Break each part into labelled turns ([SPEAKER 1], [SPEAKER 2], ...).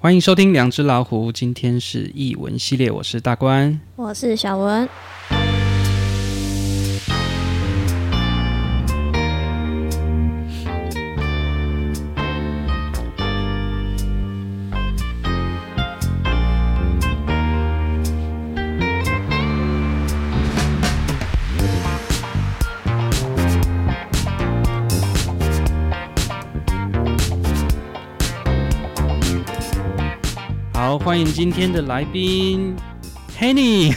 [SPEAKER 1] 欢迎收听《两只老虎》，今天是译文系列，我是大官。
[SPEAKER 2] 我是小文。
[SPEAKER 1] 好，欢迎今天的来宾 Henny，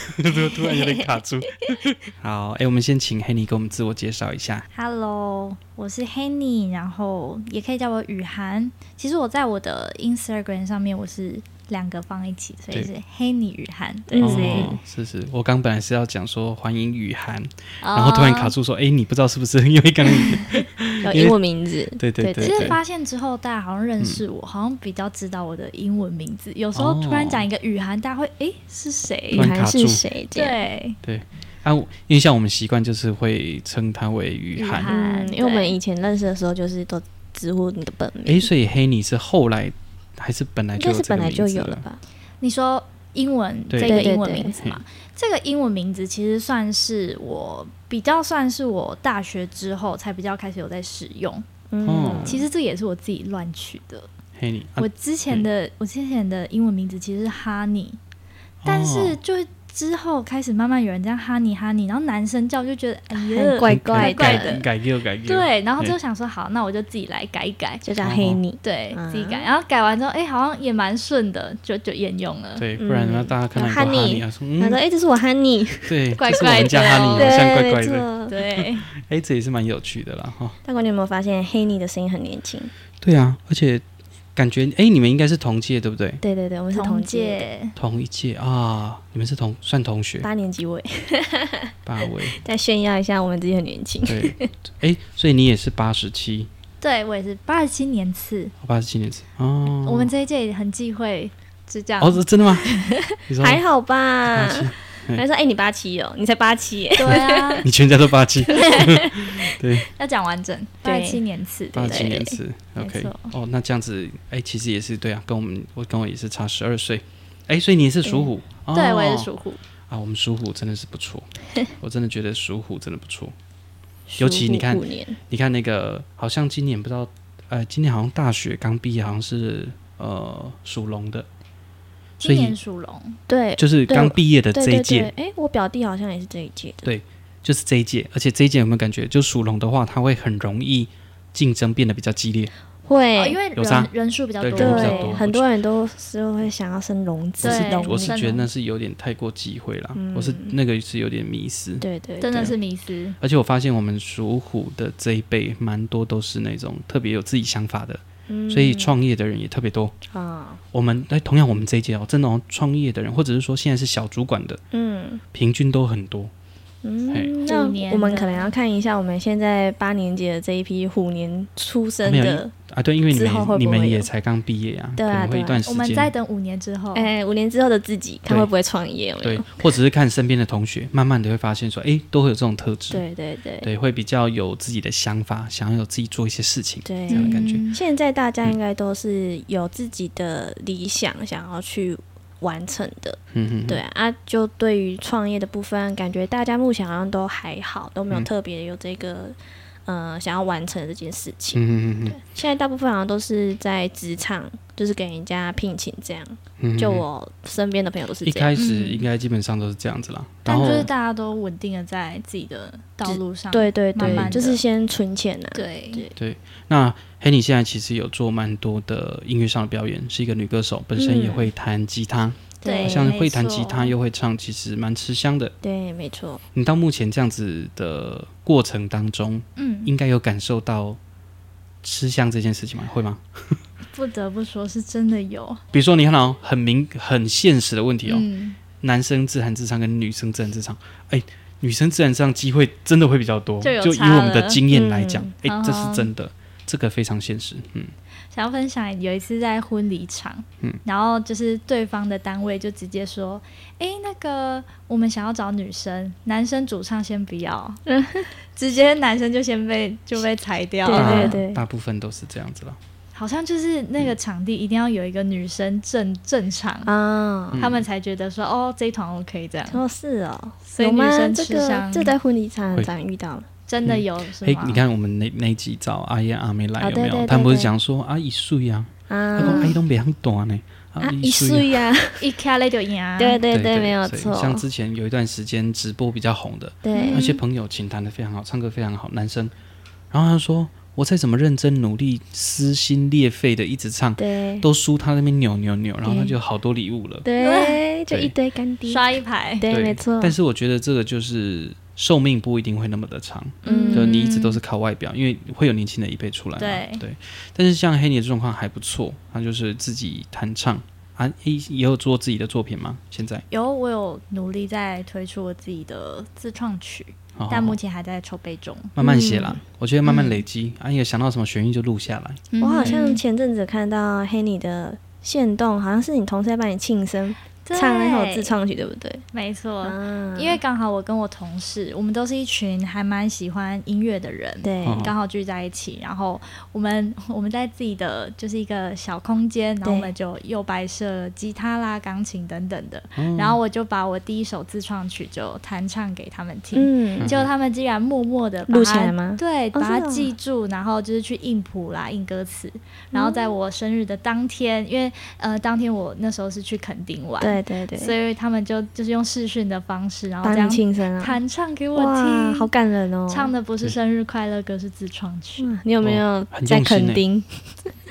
[SPEAKER 1] 突然有点卡住。 好，哎、我们先请 Henny 给我们自我介绍一下。
[SPEAKER 2] Hello，我是 Henny，然后也可以叫我雨涵。其实我在我的 Instagram 上面我是两个放一起，所以是 Henny 雨涵。对，所以、
[SPEAKER 1] 哦，是是，我刚本来是要讲说欢迎雨涵，
[SPEAKER 2] 啊哦
[SPEAKER 1] 然后突然卡住说，哎、你不知道是不是 因为刚刚你，
[SPEAKER 3] 有呃英文名字，
[SPEAKER 1] 对对
[SPEAKER 3] 对
[SPEAKER 1] 对
[SPEAKER 2] 其实
[SPEAKER 1] 对，
[SPEAKER 2] 发现之后，大家好像认识我，好像比较知道我的英文名
[SPEAKER 1] 嗯
[SPEAKER 2] 字。有时候突然讲一个雨涵，大家会诶是谁
[SPEAKER 3] 雨
[SPEAKER 1] 突？然卡
[SPEAKER 3] 涵
[SPEAKER 1] 住
[SPEAKER 3] 是谁？这样，
[SPEAKER 2] 对，
[SPEAKER 1] 啊，我因为像我们习惯就是会称他为雨
[SPEAKER 2] 雨
[SPEAKER 1] 涵。
[SPEAKER 2] 涵
[SPEAKER 3] 嗯，因为我
[SPEAKER 2] 对
[SPEAKER 3] 们以前认识的时候，就是都直呼你的本名，
[SPEAKER 1] 哎、所以 Henny 是后来还是本来
[SPEAKER 3] 应
[SPEAKER 1] 就
[SPEAKER 3] 该
[SPEAKER 1] 有
[SPEAKER 3] 是
[SPEAKER 1] 这
[SPEAKER 3] 本
[SPEAKER 1] 个
[SPEAKER 3] 来
[SPEAKER 1] 名
[SPEAKER 3] 就
[SPEAKER 1] 字
[SPEAKER 3] 有了
[SPEAKER 1] 了？
[SPEAKER 3] 吧？
[SPEAKER 2] 你说英文
[SPEAKER 1] 对
[SPEAKER 2] 这个
[SPEAKER 3] 对对
[SPEAKER 2] 英文
[SPEAKER 3] 对
[SPEAKER 2] 名字嘛？这个英文名字其实算是我比较算是我大学之后才比较开始有在使用。
[SPEAKER 1] 哦
[SPEAKER 3] 嗯，
[SPEAKER 2] 其实这也是我自己乱取的。
[SPEAKER 1] Henny，、啊
[SPEAKER 2] 我之前的、我之前的英文名字其实是 Honey，但是
[SPEAKER 1] 哦
[SPEAKER 2] 就之后开始慢慢有人这样 Honey Honey，然后男生叫就觉得哎呀
[SPEAKER 3] 很怪
[SPEAKER 1] 改
[SPEAKER 3] 怪
[SPEAKER 1] 改
[SPEAKER 2] 怪
[SPEAKER 3] 的
[SPEAKER 2] 怪的
[SPEAKER 1] 嗯改又改又，
[SPEAKER 2] 对，然后就想说好，那我就自己来改一改，
[SPEAKER 3] 就叫
[SPEAKER 1] 哦
[SPEAKER 3] 黑你，
[SPEAKER 2] 对、
[SPEAKER 3] 嗯
[SPEAKER 2] 自己改，然后改完之后，哎，好像也蛮顺的，就就沿用了。
[SPEAKER 1] 对，不然的话
[SPEAKER 3] 嗯
[SPEAKER 1] 大家看到
[SPEAKER 3] 有
[SPEAKER 1] 你都哈
[SPEAKER 3] honey，
[SPEAKER 1] 尼啊，说
[SPEAKER 3] 他说：“
[SPEAKER 1] 嗯，
[SPEAKER 3] 哎，这是我 Honey，
[SPEAKER 1] 对，
[SPEAKER 2] 怪
[SPEAKER 1] 这是我
[SPEAKER 2] 怪
[SPEAKER 1] 们
[SPEAKER 2] 的
[SPEAKER 1] 家哈尼，
[SPEAKER 2] 哦
[SPEAKER 1] 好像怪
[SPEAKER 3] 对，
[SPEAKER 1] 怪的。
[SPEAKER 3] 没错。
[SPEAKER 2] 对，
[SPEAKER 1] 哎，这也是蛮有趣的啦，哈。
[SPEAKER 3] 大官，你有没有发现黑你的声音很年轻？
[SPEAKER 1] 对啊，而且感觉哎，你们应该是同届对不对？
[SPEAKER 3] 对对对，我们是
[SPEAKER 2] 同
[SPEAKER 3] 届的，
[SPEAKER 2] 届
[SPEAKER 1] 同一届啊，你们是同算同学
[SPEAKER 3] 八年级尾，
[SPEAKER 1] 八 位，
[SPEAKER 3] 再炫耀一下我们自己很年轻。
[SPEAKER 1] 对，哎，所以你也是八十七，
[SPEAKER 2] 对我也是八十七年次，
[SPEAKER 1] 八十七年次哦。
[SPEAKER 2] 我们这一届也很忌讳是这样。
[SPEAKER 1] 哦，是真的 吗？你说
[SPEAKER 3] 还好
[SPEAKER 1] 八？
[SPEAKER 3] 吧
[SPEAKER 1] 七，对
[SPEAKER 3] 还说：“哎，你八七哦，你才八七耶。
[SPEAKER 2] 对 啊，
[SPEAKER 1] 你全家都八 七，对，
[SPEAKER 2] 要讲完整，八
[SPEAKER 3] 对
[SPEAKER 2] 十七年次，对
[SPEAKER 1] 八
[SPEAKER 2] 不
[SPEAKER 1] 七
[SPEAKER 2] 对？
[SPEAKER 1] 年次
[SPEAKER 2] 没
[SPEAKER 1] ，OK
[SPEAKER 2] 错。
[SPEAKER 1] 哦，那这样子，哎，其实也是对啊，跟我们我跟我也是差十二岁，哎，所以你也是属虎，哦
[SPEAKER 2] 对，我也是属虎。
[SPEAKER 1] 啊，我们属虎真的是不 错，我真的觉得属虎真的不错。”尤其你看
[SPEAKER 3] 五年，
[SPEAKER 1] 你看那个，好像今年不知道，呃，今年好像大学刚毕业，好像是呃属龙的，所
[SPEAKER 2] 今年
[SPEAKER 1] 以
[SPEAKER 2] 属龙，
[SPEAKER 3] 对，
[SPEAKER 1] 就是
[SPEAKER 3] 对
[SPEAKER 1] 刚毕业的
[SPEAKER 3] 对
[SPEAKER 1] 这一
[SPEAKER 3] 对
[SPEAKER 1] 届，
[SPEAKER 3] 对。哎，我表弟好像也是这一届的。
[SPEAKER 1] 就是这一届，而且这一届有没有感觉，就属龙的话，它会很容易竞争变得比较激烈，
[SPEAKER 2] 哦
[SPEAKER 3] 会，
[SPEAKER 2] 因为
[SPEAKER 1] 有差
[SPEAKER 2] 人人数比较
[SPEAKER 1] 对
[SPEAKER 2] 多，
[SPEAKER 1] 人比较多
[SPEAKER 3] 对，很多人都是会想要生龙子，
[SPEAKER 2] 对
[SPEAKER 3] 是龙
[SPEAKER 1] 我是
[SPEAKER 3] 女，
[SPEAKER 1] 觉得那是有点太过忌讳啦，
[SPEAKER 3] 嗯
[SPEAKER 1] 我是那个是有点迷失。
[SPEAKER 3] 对对，
[SPEAKER 2] 真的
[SPEAKER 3] 对
[SPEAKER 2] 是迷思。
[SPEAKER 1] 而且我发现我们属虎的这一辈，蛮多都是那种特别有自己想法的，所以创业的人也特别多。
[SPEAKER 3] 嗯啊，
[SPEAKER 1] 我们哎，同样我们这一届哦，真的哦，创业的人，或者是说现在是小主管的，
[SPEAKER 3] 嗯
[SPEAKER 1] 平均都很多。嘿
[SPEAKER 3] 嗯，
[SPEAKER 2] 五
[SPEAKER 3] 那
[SPEAKER 2] 年
[SPEAKER 3] 我们
[SPEAKER 2] 的
[SPEAKER 3] 可能要看一下我们现在八年级的这一批虎年出生
[SPEAKER 1] 没有
[SPEAKER 3] 的，
[SPEAKER 1] 啊，对，因为你
[SPEAKER 3] 之后会
[SPEAKER 1] 们
[SPEAKER 3] 不
[SPEAKER 1] 你们
[SPEAKER 3] 会
[SPEAKER 1] 也
[SPEAKER 3] 有
[SPEAKER 1] 才刚毕业啊，
[SPEAKER 3] 对
[SPEAKER 1] 可能
[SPEAKER 3] 啊
[SPEAKER 1] 会
[SPEAKER 3] 对
[SPEAKER 1] 一
[SPEAKER 3] 啊
[SPEAKER 1] 段时
[SPEAKER 2] 我
[SPEAKER 1] 间，
[SPEAKER 2] 们再等五年之后，
[SPEAKER 3] 哎，五年之后的自己，看
[SPEAKER 1] 对
[SPEAKER 3] 会不会创业，有没
[SPEAKER 1] 对
[SPEAKER 3] 有？，
[SPEAKER 1] 或者是看身边的同学，慢慢的会发现说，哎，都会有这种特质，
[SPEAKER 3] 对对对
[SPEAKER 1] 对，会比较有自己的想法，想要有自己做一些事情。
[SPEAKER 3] 对
[SPEAKER 1] 这样的感觉
[SPEAKER 2] 嗯
[SPEAKER 3] 现在大家应该都是有自己的理想想要去完成的，
[SPEAKER 1] 嗯嗯，嗯
[SPEAKER 3] 对，啊，啊就对于创业的部分，感觉大家目前好像都还好，都没有
[SPEAKER 1] 嗯
[SPEAKER 3] 特别有这个。呃，想要完成的这件事情，
[SPEAKER 1] 嗯嗯嗯嗯
[SPEAKER 3] 现在大部分好像都是在职场，就是给人家聘请这样。
[SPEAKER 1] 嗯，嗯
[SPEAKER 3] 就我身边的朋友都是
[SPEAKER 1] 一
[SPEAKER 3] 这样。
[SPEAKER 1] 开始
[SPEAKER 2] 嗯
[SPEAKER 1] 应该基本上都是这样子啦，然
[SPEAKER 2] 但
[SPEAKER 1] 后
[SPEAKER 2] 就是大家都稳定的在自己的道路上。
[SPEAKER 3] 对对对，
[SPEAKER 2] 慢慢的
[SPEAKER 3] 就是先存钱呐、啊。
[SPEAKER 2] 对，
[SPEAKER 1] 那黑你现在其实有做蛮多的音乐上的表演，是一个女歌手，本身也
[SPEAKER 3] 嗯
[SPEAKER 1] 会弹吉他，
[SPEAKER 2] 对
[SPEAKER 1] 好
[SPEAKER 2] 像
[SPEAKER 1] 像
[SPEAKER 2] 哎没
[SPEAKER 1] 会弹吉
[SPEAKER 2] 错
[SPEAKER 1] 他又会唱，其实蛮吃香的。
[SPEAKER 3] 对，没错。
[SPEAKER 1] 你到目前这样子的过程当中，
[SPEAKER 2] 嗯，
[SPEAKER 1] 应该有感受到吃香这件事情吗？会吗？
[SPEAKER 2] 不得不说是真的有。
[SPEAKER 1] 比如说，你看到、哦、很明很现实的问题哦，
[SPEAKER 2] 嗯，
[SPEAKER 1] 男生自弹自唱跟女生自弹自唱，哎，女生自弹自唱机会真的会比较多，
[SPEAKER 2] 就有
[SPEAKER 1] 以
[SPEAKER 2] 差
[SPEAKER 1] 我们的
[SPEAKER 2] 了
[SPEAKER 1] 经验来讲，哎、
[SPEAKER 2] 嗯
[SPEAKER 1] 这是真的，这个非常现实。嗯，
[SPEAKER 2] 想要分享有一次在婚礼场，然后就是对方的单位就直接说：“哎、那个我们想要找女生，男生主唱先不 要。”直接男生就先被就被裁掉
[SPEAKER 3] 对
[SPEAKER 2] 了。
[SPEAKER 1] 大
[SPEAKER 3] 对对
[SPEAKER 1] 大部分都是这样子了。
[SPEAKER 2] 好像就是那个场地一定要有一个女生正正常，
[SPEAKER 3] 啊。
[SPEAKER 1] 嗯
[SPEAKER 2] 他们才觉得说哦这一团 OK 这样。
[SPEAKER 3] 哦，是哦，
[SPEAKER 2] 所以
[SPEAKER 3] 有
[SPEAKER 2] 女
[SPEAKER 3] 吗？
[SPEAKER 2] 生
[SPEAKER 3] 这
[SPEAKER 2] 吃
[SPEAKER 3] 个
[SPEAKER 2] 香，
[SPEAKER 3] 这在婚礼常常遇到，
[SPEAKER 2] 真的有是
[SPEAKER 1] 哎
[SPEAKER 2] 吗？，
[SPEAKER 1] 你看我们那那几招阿姨阿妹来
[SPEAKER 3] 啊
[SPEAKER 1] 有没
[SPEAKER 3] 对对
[SPEAKER 1] 有？
[SPEAKER 3] 对
[SPEAKER 1] 他们不是
[SPEAKER 3] 对
[SPEAKER 1] 讲说啊，一岁啊，他说
[SPEAKER 3] 啊
[SPEAKER 1] 阿姨都袂很短呢，
[SPEAKER 3] 啊，
[SPEAKER 1] 一
[SPEAKER 3] 一
[SPEAKER 1] 岁。
[SPEAKER 3] 岁呀，
[SPEAKER 2] 一开来就赢啊，
[SPEAKER 3] 对对
[SPEAKER 1] 对
[SPEAKER 3] 对，没有
[SPEAKER 1] 所以
[SPEAKER 3] 错，
[SPEAKER 1] 像嗯之前有一段时间直播比较红的，
[SPEAKER 3] 对
[SPEAKER 1] 那些朋友琴弹的非常好，唱歌非常好，男生，然后他说我再怎么认真努力，撕心裂肺的一直唱，
[SPEAKER 3] 对
[SPEAKER 1] 都输他那边扭扭扭，然后他
[SPEAKER 3] 对
[SPEAKER 1] 就好多礼物了。
[SPEAKER 3] 对，就一堆干爹，
[SPEAKER 2] 刷一排，
[SPEAKER 3] 对，没错，
[SPEAKER 1] 但是我觉得这个就是寿命不一定会那么的长，
[SPEAKER 3] 嗯
[SPEAKER 1] 就你一直都是靠外表，因为会有年轻的一辈出来嘛。
[SPEAKER 2] 对
[SPEAKER 1] 但是像黑尼的状况还不错，他就是自己弹唱啊，也也有做自己的作品吗？现在？
[SPEAKER 2] 有我有努力在推出我自己的自创曲，
[SPEAKER 1] 好好
[SPEAKER 2] 但目
[SPEAKER 1] 好
[SPEAKER 2] 前还在筹备中。
[SPEAKER 1] 慢慢
[SPEAKER 3] 嗯
[SPEAKER 1] 写啦，我觉得慢慢累积、啊，有想到什么旋律就录下来。
[SPEAKER 3] 我好像
[SPEAKER 2] 嗯
[SPEAKER 3] 前阵子看到 Henny 的线动，好像是你同事在帮你庆生，
[SPEAKER 2] 对
[SPEAKER 3] 唱那首自创曲，对不对？
[SPEAKER 2] 没错，
[SPEAKER 3] 啊
[SPEAKER 2] 因为刚好我跟我同事，我们都是一群还蛮喜欢音乐的人，
[SPEAKER 3] 对
[SPEAKER 1] 嗯
[SPEAKER 2] 刚好聚在一起，然后我们 我们在自己的就是一个小空间，然后我们就又摆设吉他啦、钢琴等等的，
[SPEAKER 1] 嗯
[SPEAKER 2] 然后我就把我第一首自创曲就弹唱给他们听，
[SPEAKER 3] 嗯，
[SPEAKER 2] 结果他们竟然默默的
[SPEAKER 3] 录起来吗嗯
[SPEAKER 2] 对，
[SPEAKER 3] 哦
[SPEAKER 2] 把它
[SPEAKER 3] 真的哦
[SPEAKER 2] 记住，然后就是去印谱啦、印歌词，然后在我生日的当天，因为呃当天我那时候是去垦丁玩，
[SPEAKER 3] 对对对，
[SPEAKER 2] 所以他们就就是用视讯的方式，然后这
[SPEAKER 3] 帮你
[SPEAKER 2] 样
[SPEAKER 3] 庆生啊，
[SPEAKER 2] 弹唱给我
[SPEAKER 3] 哇，
[SPEAKER 2] 听，
[SPEAKER 3] 好感人哦，
[SPEAKER 2] 唱的不是生日快乐歌，是自创曲，
[SPEAKER 3] 哇你有没有在垦丁？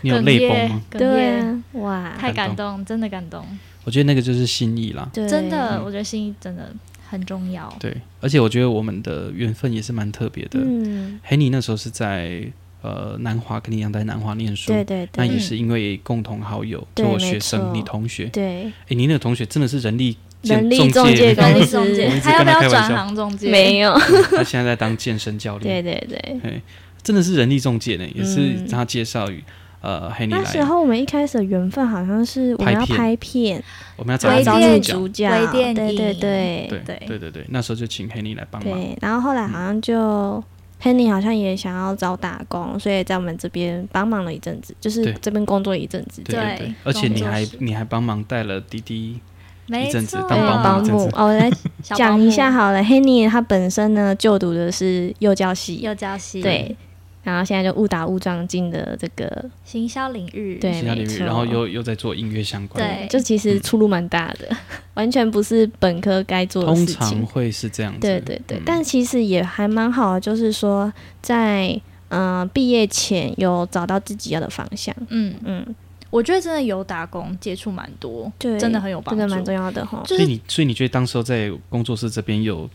[SPEAKER 1] 你有
[SPEAKER 2] 哽
[SPEAKER 1] 泪
[SPEAKER 2] 咽
[SPEAKER 1] 崩吗？？
[SPEAKER 2] 哽
[SPEAKER 3] 对
[SPEAKER 2] 咽，
[SPEAKER 3] 啊，哇，
[SPEAKER 2] 太感
[SPEAKER 1] 感
[SPEAKER 2] 动，真的感动，
[SPEAKER 1] 我觉得那个就是心意啦。
[SPEAKER 3] 对
[SPEAKER 2] 真的，我觉得心意真的很重要。
[SPEAKER 1] 对，而且我觉得我们的缘分也是蛮特别的。
[SPEAKER 3] 嗯，
[SPEAKER 1] 黑尼那时候是在呃南华，跟你一样在南华念书，
[SPEAKER 3] 对对
[SPEAKER 1] 那也
[SPEAKER 3] 对
[SPEAKER 1] 是因为共同好友，
[SPEAKER 3] 对
[SPEAKER 1] 就我学
[SPEAKER 3] 没
[SPEAKER 1] 生，
[SPEAKER 3] 错
[SPEAKER 1] 你同学，
[SPEAKER 3] 对，
[SPEAKER 1] 哎，你那个同学真的是人力
[SPEAKER 3] 人力
[SPEAKER 1] 中
[SPEAKER 3] 中
[SPEAKER 1] 介
[SPEAKER 3] 介公
[SPEAKER 2] 人
[SPEAKER 3] 司
[SPEAKER 2] 力中介
[SPEAKER 1] 我一直
[SPEAKER 2] 还要
[SPEAKER 1] 跟
[SPEAKER 2] 不
[SPEAKER 1] 他开
[SPEAKER 2] 要
[SPEAKER 1] 玩
[SPEAKER 2] 转
[SPEAKER 1] 笑
[SPEAKER 2] 行中介？
[SPEAKER 3] 没有，
[SPEAKER 1] 嗯他现在在当健身教
[SPEAKER 3] 对
[SPEAKER 1] 练，
[SPEAKER 3] 对对。
[SPEAKER 1] 对，真的是人力中介呢，也是
[SPEAKER 3] 嗯
[SPEAKER 1] 他介绍于呃黑尼
[SPEAKER 3] 那
[SPEAKER 1] 来
[SPEAKER 3] 时
[SPEAKER 1] 的，
[SPEAKER 3] 候我们一开始的缘分好像是我们要拍片，
[SPEAKER 1] 我们要
[SPEAKER 2] 微
[SPEAKER 1] 找
[SPEAKER 3] 找
[SPEAKER 1] 他
[SPEAKER 3] 女
[SPEAKER 1] 女
[SPEAKER 2] 电
[SPEAKER 1] 主角
[SPEAKER 3] 主，角，
[SPEAKER 2] 微电影
[SPEAKER 3] 对对对
[SPEAKER 1] 对
[SPEAKER 2] 对
[SPEAKER 1] 对对对，那时候就请黑尼来帮忙，嗯
[SPEAKER 3] 对，然后后来好像就 Henny 好像也想要找打工，所以在我们这边帮忙了一阵子，就是
[SPEAKER 1] 对
[SPEAKER 3] 这边工作一阵子，
[SPEAKER 1] 对对
[SPEAKER 2] 对
[SPEAKER 1] 对，而且你
[SPEAKER 2] 工作
[SPEAKER 1] 还
[SPEAKER 2] 室
[SPEAKER 1] 你还帮忙带了滴滴，
[SPEAKER 2] 没
[SPEAKER 1] 一阵子
[SPEAKER 2] 错，
[SPEAKER 1] 当
[SPEAKER 3] 对
[SPEAKER 1] 保姆
[SPEAKER 3] 保姆
[SPEAKER 1] 这样子
[SPEAKER 3] 哦，我 来
[SPEAKER 2] 小保
[SPEAKER 3] 讲
[SPEAKER 2] 姆
[SPEAKER 3] 一下好了。Henny 她本身呢就读的是幼教系，
[SPEAKER 2] 幼教系，
[SPEAKER 3] 对，然后现在就误打误撞进了这个，
[SPEAKER 2] 行销领域，
[SPEAKER 3] 对
[SPEAKER 1] 其他领
[SPEAKER 3] 没
[SPEAKER 1] 域，
[SPEAKER 3] 错
[SPEAKER 1] 然后又又在做音乐相关的，
[SPEAKER 2] 对
[SPEAKER 3] 嗯就其实出路蛮大的， 完全不是本科该做的
[SPEAKER 1] 通
[SPEAKER 3] 事
[SPEAKER 1] 常
[SPEAKER 3] 情。
[SPEAKER 1] 会是这样子，
[SPEAKER 3] 对对对，
[SPEAKER 1] 嗯
[SPEAKER 3] 但其实也还蛮好的，就是说在嗯、呃毕业前有找到自己要的方向，
[SPEAKER 2] 嗯，
[SPEAKER 3] 嗯，
[SPEAKER 2] 我觉得真的有打工接触蛮多，
[SPEAKER 3] 对，
[SPEAKER 2] 真的很有帮
[SPEAKER 3] 真的蛮
[SPEAKER 2] 助
[SPEAKER 3] 重。要的哈。
[SPEAKER 1] 所
[SPEAKER 2] 就
[SPEAKER 1] 以
[SPEAKER 2] 是
[SPEAKER 1] 你，所以你觉得当时候在工作室这边有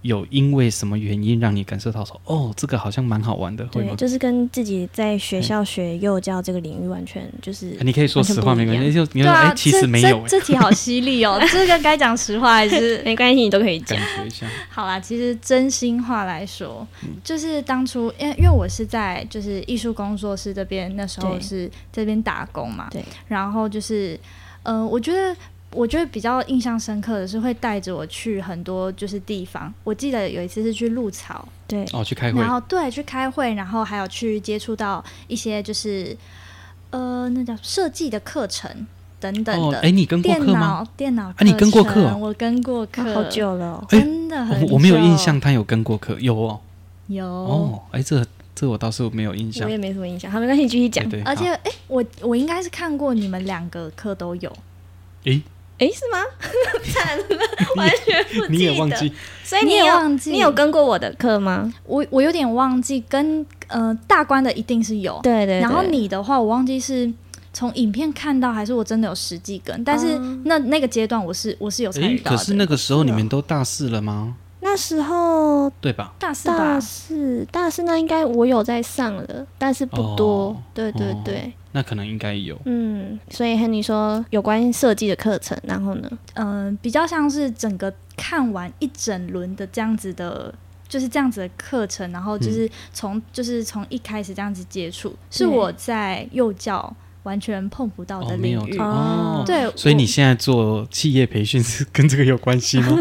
[SPEAKER 1] 有因为什么原因让你感受到说，哦，这个好像蛮好玩的，会
[SPEAKER 3] 对，
[SPEAKER 1] 吗？
[SPEAKER 3] 就是跟自己在学校学幼教这个领域完全就是
[SPEAKER 1] 哎你可以说实话，
[SPEAKER 3] 完
[SPEAKER 1] 没
[SPEAKER 3] 全不一
[SPEAKER 1] 关
[SPEAKER 3] 样
[SPEAKER 1] 系，就你就
[SPEAKER 2] 对
[SPEAKER 1] 说，哎、
[SPEAKER 2] 啊，
[SPEAKER 1] 其
[SPEAKER 2] 这
[SPEAKER 1] 实没有、哎
[SPEAKER 2] 这这题好犀利哦，这个该讲实话还是
[SPEAKER 3] 没关系，你都可以讲
[SPEAKER 1] 感。觉一下，
[SPEAKER 2] 好啦，其实真心话来说，
[SPEAKER 1] 嗯
[SPEAKER 2] 就是当初，因为因为我是在就是艺术工作室这边，那时候
[SPEAKER 3] 对
[SPEAKER 2] 是这边打工嘛，
[SPEAKER 3] 对，
[SPEAKER 2] 然后就是，嗯、我觉得。我觉得比较印象深刻的是会带着我去很多就是地方，我记得有一次是去鹿草，
[SPEAKER 3] 对，
[SPEAKER 1] 哦，去开会
[SPEAKER 2] 然，后对去开会，然后还有去接触到一些就是呃那叫设计的课程等等
[SPEAKER 1] 哦，
[SPEAKER 2] 的，
[SPEAKER 1] 哎、你跟过
[SPEAKER 2] 电
[SPEAKER 1] 课吗？
[SPEAKER 2] 脑电脑
[SPEAKER 1] 啊你跟过
[SPEAKER 2] 程
[SPEAKER 1] 课哦
[SPEAKER 2] 我跟过课，
[SPEAKER 3] 啊好久了哦、
[SPEAKER 1] 哎
[SPEAKER 2] 真的很
[SPEAKER 1] 我我没有
[SPEAKER 2] 久
[SPEAKER 1] 印象，他有跟过课，有哦，
[SPEAKER 2] 有
[SPEAKER 1] 哦，哎、这这我倒是没有印象
[SPEAKER 3] 我也，没什么印象。好，没关系，你继续讲
[SPEAKER 1] 对。对，
[SPEAKER 2] 而且
[SPEAKER 1] 好
[SPEAKER 2] 哎、我我应该是看过你们两个课都有，
[SPEAKER 3] 哎、是吗？惨了，完全不记得。
[SPEAKER 1] 你也忘记，
[SPEAKER 3] 所以
[SPEAKER 2] 你
[SPEAKER 3] 你
[SPEAKER 2] 也
[SPEAKER 3] 有啊
[SPEAKER 2] 忘记
[SPEAKER 3] 你有跟过我的课吗？
[SPEAKER 2] 我我有点忘记跟呃大关的一定是有，
[SPEAKER 3] 对对对。
[SPEAKER 2] 然后你的话我忘记是从影片看到还是我真的有实际跟，但是
[SPEAKER 3] 哦
[SPEAKER 2] 那、那个阶段我是我是有参
[SPEAKER 1] 哎、
[SPEAKER 2] 与到
[SPEAKER 1] 可
[SPEAKER 2] 的，
[SPEAKER 1] 是那个时候你们都大四了吗？
[SPEAKER 3] 那时候
[SPEAKER 1] 对吧？
[SPEAKER 2] 大四吧
[SPEAKER 3] 大，四大四那应该我有在上了，但是不多。
[SPEAKER 1] 哦
[SPEAKER 3] 对对对，
[SPEAKER 1] 那可能应该有，
[SPEAKER 3] 嗯。所以和你说有关设计的课程，然后呢？
[SPEAKER 2] 嗯、比较像是整个看完一整轮的这样子的。就是这样子的课程，
[SPEAKER 1] 嗯
[SPEAKER 2] 然后就是从、就是从一开始这样子接触，是
[SPEAKER 3] 对
[SPEAKER 2] 我在幼教完全碰不到的
[SPEAKER 1] 哦，没
[SPEAKER 2] 领
[SPEAKER 1] 有
[SPEAKER 2] 域。嗯
[SPEAKER 1] 哦，
[SPEAKER 2] 对，
[SPEAKER 1] 所以
[SPEAKER 2] 我
[SPEAKER 1] 你现在做企业培训是跟这个有关系吗？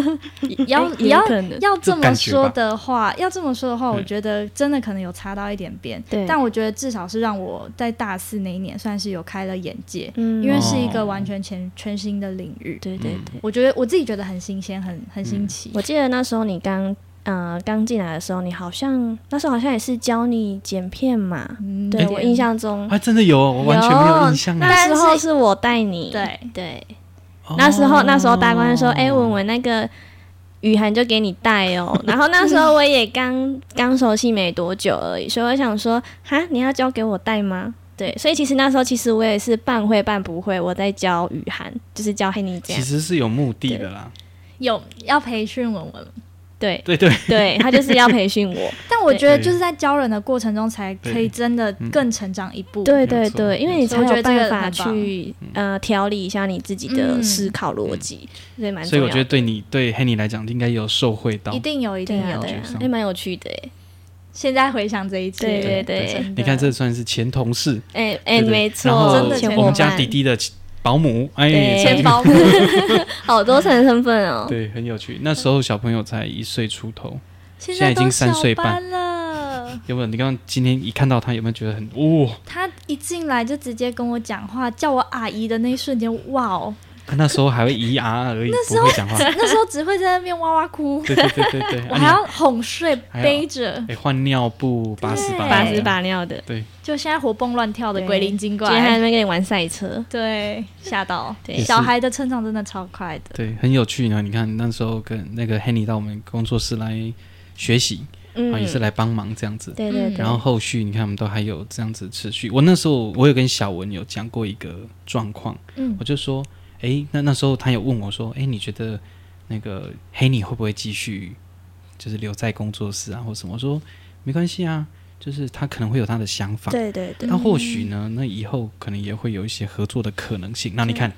[SPEAKER 2] 要
[SPEAKER 3] 哎也
[SPEAKER 2] 要
[SPEAKER 3] 可能
[SPEAKER 2] 要这
[SPEAKER 1] 感
[SPEAKER 2] 么
[SPEAKER 1] 觉
[SPEAKER 2] 说
[SPEAKER 1] 吧
[SPEAKER 2] 的话，要这么说的话，我
[SPEAKER 1] 嗯
[SPEAKER 2] 觉得真的可能有差到一点边。
[SPEAKER 3] 对
[SPEAKER 2] 但我觉得至少是让我在大四那一年算是有开了眼界，
[SPEAKER 3] 嗯
[SPEAKER 2] 因为是一个
[SPEAKER 1] 哦
[SPEAKER 2] 完全全全新的领域。
[SPEAKER 3] 对对对，
[SPEAKER 2] 我觉得我自己觉得很新鲜，很很
[SPEAKER 1] 嗯
[SPEAKER 2] 新奇。
[SPEAKER 3] 我记得那时候你刚呃刚进来的时候，你好像那时候好像也是教你剪片嘛，
[SPEAKER 2] 嗯
[SPEAKER 3] 对
[SPEAKER 1] 哎
[SPEAKER 2] 有
[SPEAKER 3] 我
[SPEAKER 2] 点
[SPEAKER 3] 印象中
[SPEAKER 1] 啊，真的有哦，我完全没有印象啊。
[SPEAKER 3] 那时候是我带你，
[SPEAKER 2] 对
[SPEAKER 3] 对，
[SPEAKER 1] 哦
[SPEAKER 3] 那时候那时候大官说，哎，文文那个。雨涵就给你带 哦，然后那时候我也刚刚熟悉没多久而已，所以我想说，哈，你要教给我带吗？对，所以其实那时候其实我也是半会半不会，我在教雨涵，就是教黑妮这
[SPEAKER 1] 其
[SPEAKER 3] 样，
[SPEAKER 1] 实是有目的的啦。
[SPEAKER 2] 有要培训文文，
[SPEAKER 3] 对
[SPEAKER 1] 对对，
[SPEAKER 3] 对，他就是要培训我，
[SPEAKER 2] 但我觉得
[SPEAKER 1] 对
[SPEAKER 2] 就是在教人的过程中，才可以
[SPEAKER 1] 对
[SPEAKER 2] 真的
[SPEAKER 1] 嗯
[SPEAKER 2] 更成长一步。
[SPEAKER 3] 对
[SPEAKER 1] 没
[SPEAKER 3] 对
[SPEAKER 1] 错
[SPEAKER 3] 对，因为
[SPEAKER 1] 没
[SPEAKER 3] 你
[SPEAKER 2] 错所
[SPEAKER 3] 才
[SPEAKER 2] 以我觉
[SPEAKER 3] 有
[SPEAKER 2] 得这
[SPEAKER 3] 办
[SPEAKER 2] 个
[SPEAKER 3] 法
[SPEAKER 2] 很棒
[SPEAKER 3] 去
[SPEAKER 1] 嗯
[SPEAKER 3] 呃调理一下你自己的
[SPEAKER 2] 嗯
[SPEAKER 3] 思考逻辑，所以蛮
[SPEAKER 1] 所以
[SPEAKER 3] 重
[SPEAKER 1] 我
[SPEAKER 3] 要
[SPEAKER 1] 觉得
[SPEAKER 3] 的。
[SPEAKER 1] 对你对 Henny 来讲，应该有受惠到
[SPEAKER 2] 一。定有，一定
[SPEAKER 3] 对啊
[SPEAKER 2] 有。
[SPEAKER 3] 对啊
[SPEAKER 1] 觉上，
[SPEAKER 3] 也蛮有趣的耶。
[SPEAKER 2] 现在回想这一切，
[SPEAKER 3] 对
[SPEAKER 1] 对
[SPEAKER 3] 对对，
[SPEAKER 1] 你看，这算是前同事，
[SPEAKER 3] 哎哎，
[SPEAKER 1] 对不对
[SPEAKER 3] 没
[SPEAKER 1] 然后
[SPEAKER 3] 错，
[SPEAKER 2] 真的
[SPEAKER 3] 前
[SPEAKER 2] 前
[SPEAKER 1] 我
[SPEAKER 3] 伙
[SPEAKER 1] 们家
[SPEAKER 3] 伴
[SPEAKER 1] 弟，弟的保姆，哎，
[SPEAKER 3] 对
[SPEAKER 1] 才
[SPEAKER 2] 钱包姆
[SPEAKER 3] 好多层身份哦。
[SPEAKER 1] 对，很有趣。那时候小朋友才一岁出头，
[SPEAKER 2] 现
[SPEAKER 1] 在已
[SPEAKER 2] 都
[SPEAKER 1] 经三
[SPEAKER 2] 小
[SPEAKER 1] 岁半
[SPEAKER 2] 班了。
[SPEAKER 1] 有没有？你刚刚今天一看到他，有没有觉得很哦？
[SPEAKER 2] 他一进来就直接跟我讲话，叫我阿姨的那一瞬间，哇哦！
[SPEAKER 1] 他那时候还会咿啊而已，不会讲话。
[SPEAKER 2] 那时候只会在那边哇哇哭，
[SPEAKER 1] 对对对对对，
[SPEAKER 2] 我
[SPEAKER 1] 啊
[SPEAKER 2] 还
[SPEAKER 1] 你
[SPEAKER 2] 要哄睡
[SPEAKER 1] 还要
[SPEAKER 2] 背着，
[SPEAKER 1] 哎换尿布，把屎把
[SPEAKER 2] 对
[SPEAKER 3] 把
[SPEAKER 1] 尿
[SPEAKER 3] 屎把尿的，
[SPEAKER 1] 对，
[SPEAKER 2] 就现在活蹦乱跳的
[SPEAKER 3] 对
[SPEAKER 2] 鬼灵精
[SPEAKER 3] 今天还在那
[SPEAKER 2] 怪。
[SPEAKER 3] 边跟你玩赛
[SPEAKER 1] 哦
[SPEAKER 3] 车，
[SPEAKER 2] 对，吓到。
[SPEAKER 3] 对
[SPEAKER 1] 也是
[SPEAKER 2] 小孩的成长真的超快的。
[SPEAKER 1] 对，很有趣呢。你看那时候跟那个 Henny 到我们工作室来学习，
[SPEAKER 3] 嗯
[SPEAKER 1] 啊，也是来帮忙这样子。
[SPEAKER 3] 对对
[SPEAKER 2] 嗯
[SPEAKER 3] 对，
[SPEAKER 1] 然后后续你看，我们都还有这样子持续。我那时候我有跟小文有讲过一个状况，
[SPEAKER 2] 嗯
[SPEAKER 1] 我就说，诶，那那时候他有问我说，诶，你觉得那个 Henny 会不会继续就是留在工作室啊，或什么？我说没关系啊，就是他可能会有他的想法，
[SPEAKER 3] 对对对，
[SPEAKER 1] 那或许呢，那以后可能也会有一些合作的可能性。那你看，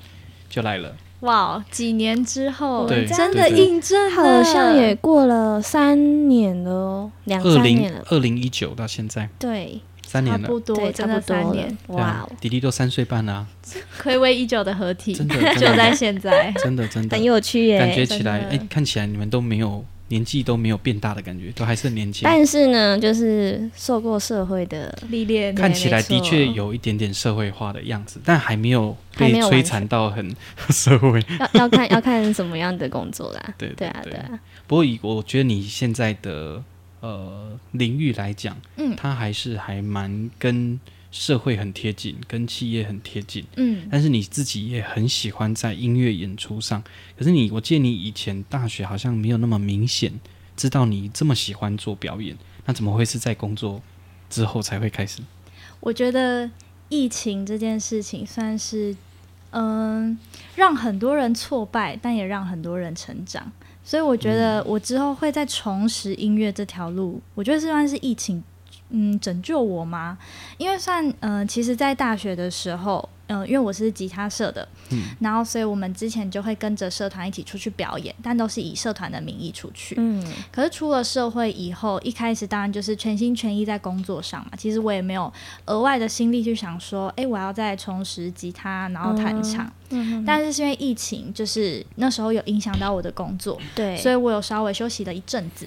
[SPEAKER 1] 就来了。
[SPEAKER 2] 哇，几年之后，
[SPEAKER 1] 对
[SPEAKER 2] 真
[SPEAKER 1] 对
[SPEAKER 2] 的
[SPEAKER 1] 对
[SPEAKER 2] 印证了，
[SPEAKER 3] 好像也过了三年了哦，两
[SPEAKER 1] 二
[SPEAKER 3] 三
[SPEAKER 1] 零
[SPEAKER 3] 年了，
[SPEAKER 1] 二零一九到现在
[SPEAKER 3] 对
[SPEAKER 1] 三
[SPEAKER 2] 差
[SPEAKER 1] 年了
[SPEAKER 2] 不，多，
[SPEAKER 3] 对，差
[SPEAKER 2] 真
[SPEAKER 3] 不
[SPEAKER 2] 的
[SPEAKER 3] 多
[SPEAKER 2] 三
[SPEAKER 3] 了
[SPEAKER 2] 年，，
[SPEAKER 1] 对啊
[SPEAKER 3] 哇哦，
[SPEAKER 1] 迪迪都三岁半了啊、
[SPEAKER 2] 暌违已久的合体，
[SPEAKER 1] 真的
[SPEAKER 2] 就在现在。
[SPEAKER 1] 真的真的
[SPEAKER 3] 很，有趣耶，
[SPEAKER 1] 感觉起来，
[SPEAKER 2] 真的
[SPEAKER 1] 哎、看起来你们都没有年纪都没有变大的感觉，都还是很年轻。
[SPEAKER 3] 但是呢，就是受过社会的，
[SPEAKER 2] 历练
[SPEAKER 1] 看起来
[SPEAKER 3] 没错
[SPEAKER 1] 的确有一点点社会化的样子，但还没有
[SPEAKER 3] 还
[SPEAKER 1] 被
[SPEAKER 3] 没有完
[SPEAKER 1] 摧
[SPEAKER 3] 全
[SPEAKER 1] 残到很 社会。
[SPEAKER 3] 要要看要看什么样的工作 啦。
[SPEAKER 1] 对
[SPEAKER 3] 对啊，
[SPEAKER 1] 对
[SPEAKER 3] 对啊，
[SPEAKER 1] 不过以我觉得你现在的呃领域来讲，
[SPEAKER 2] 嗯
[SPEAKER 1] 它还是还蛮跟社会很贴近，跟企业很贴近。
[SPEAKER 2] 嗯，
[SPEAKER 1] 但是你自己也很喜欢在音乐演出上，可是你，我记得你以前大学好像没有那么明显知道你这么喜欢做表演，那怎么会是在工作之后才会开始？
[SPEAKER 2] 我觉得疫情这件事情算是，嗯，让很多人挫败，但也让很多人成长。所以我觉得我之后会再重拾音乐这条路，我觉得这算是疫情，嗯，拯救我吗？因为算，嗯、其实，在大学的时候，嗯、因为我是吉他社的，
[SPEAKER 1] 嗯
[SPEAKER 2] 然后所以我们之前就会跟着社团一起出去表演，但都是以社团的名义出去。
[SPEAKER 3] 嗯，
[SPEAKER 2] 可是出了社会以后，一开始当然就是全心全意在工作上嘛。其实我也没有额外的心力去想说，诶，我要再重拾吉他，然后弹唱。
[SPEAKER 3] 嗯
[SPEAKER 2] 但是是因为疫情，就是那时候有影响到我的工作，
[SPEAKER 3] 对，
[SPEAKER 2] 所
[SPEAKER 3] 以
[SPEAKER 2] 以我有稍微休息了一阵子。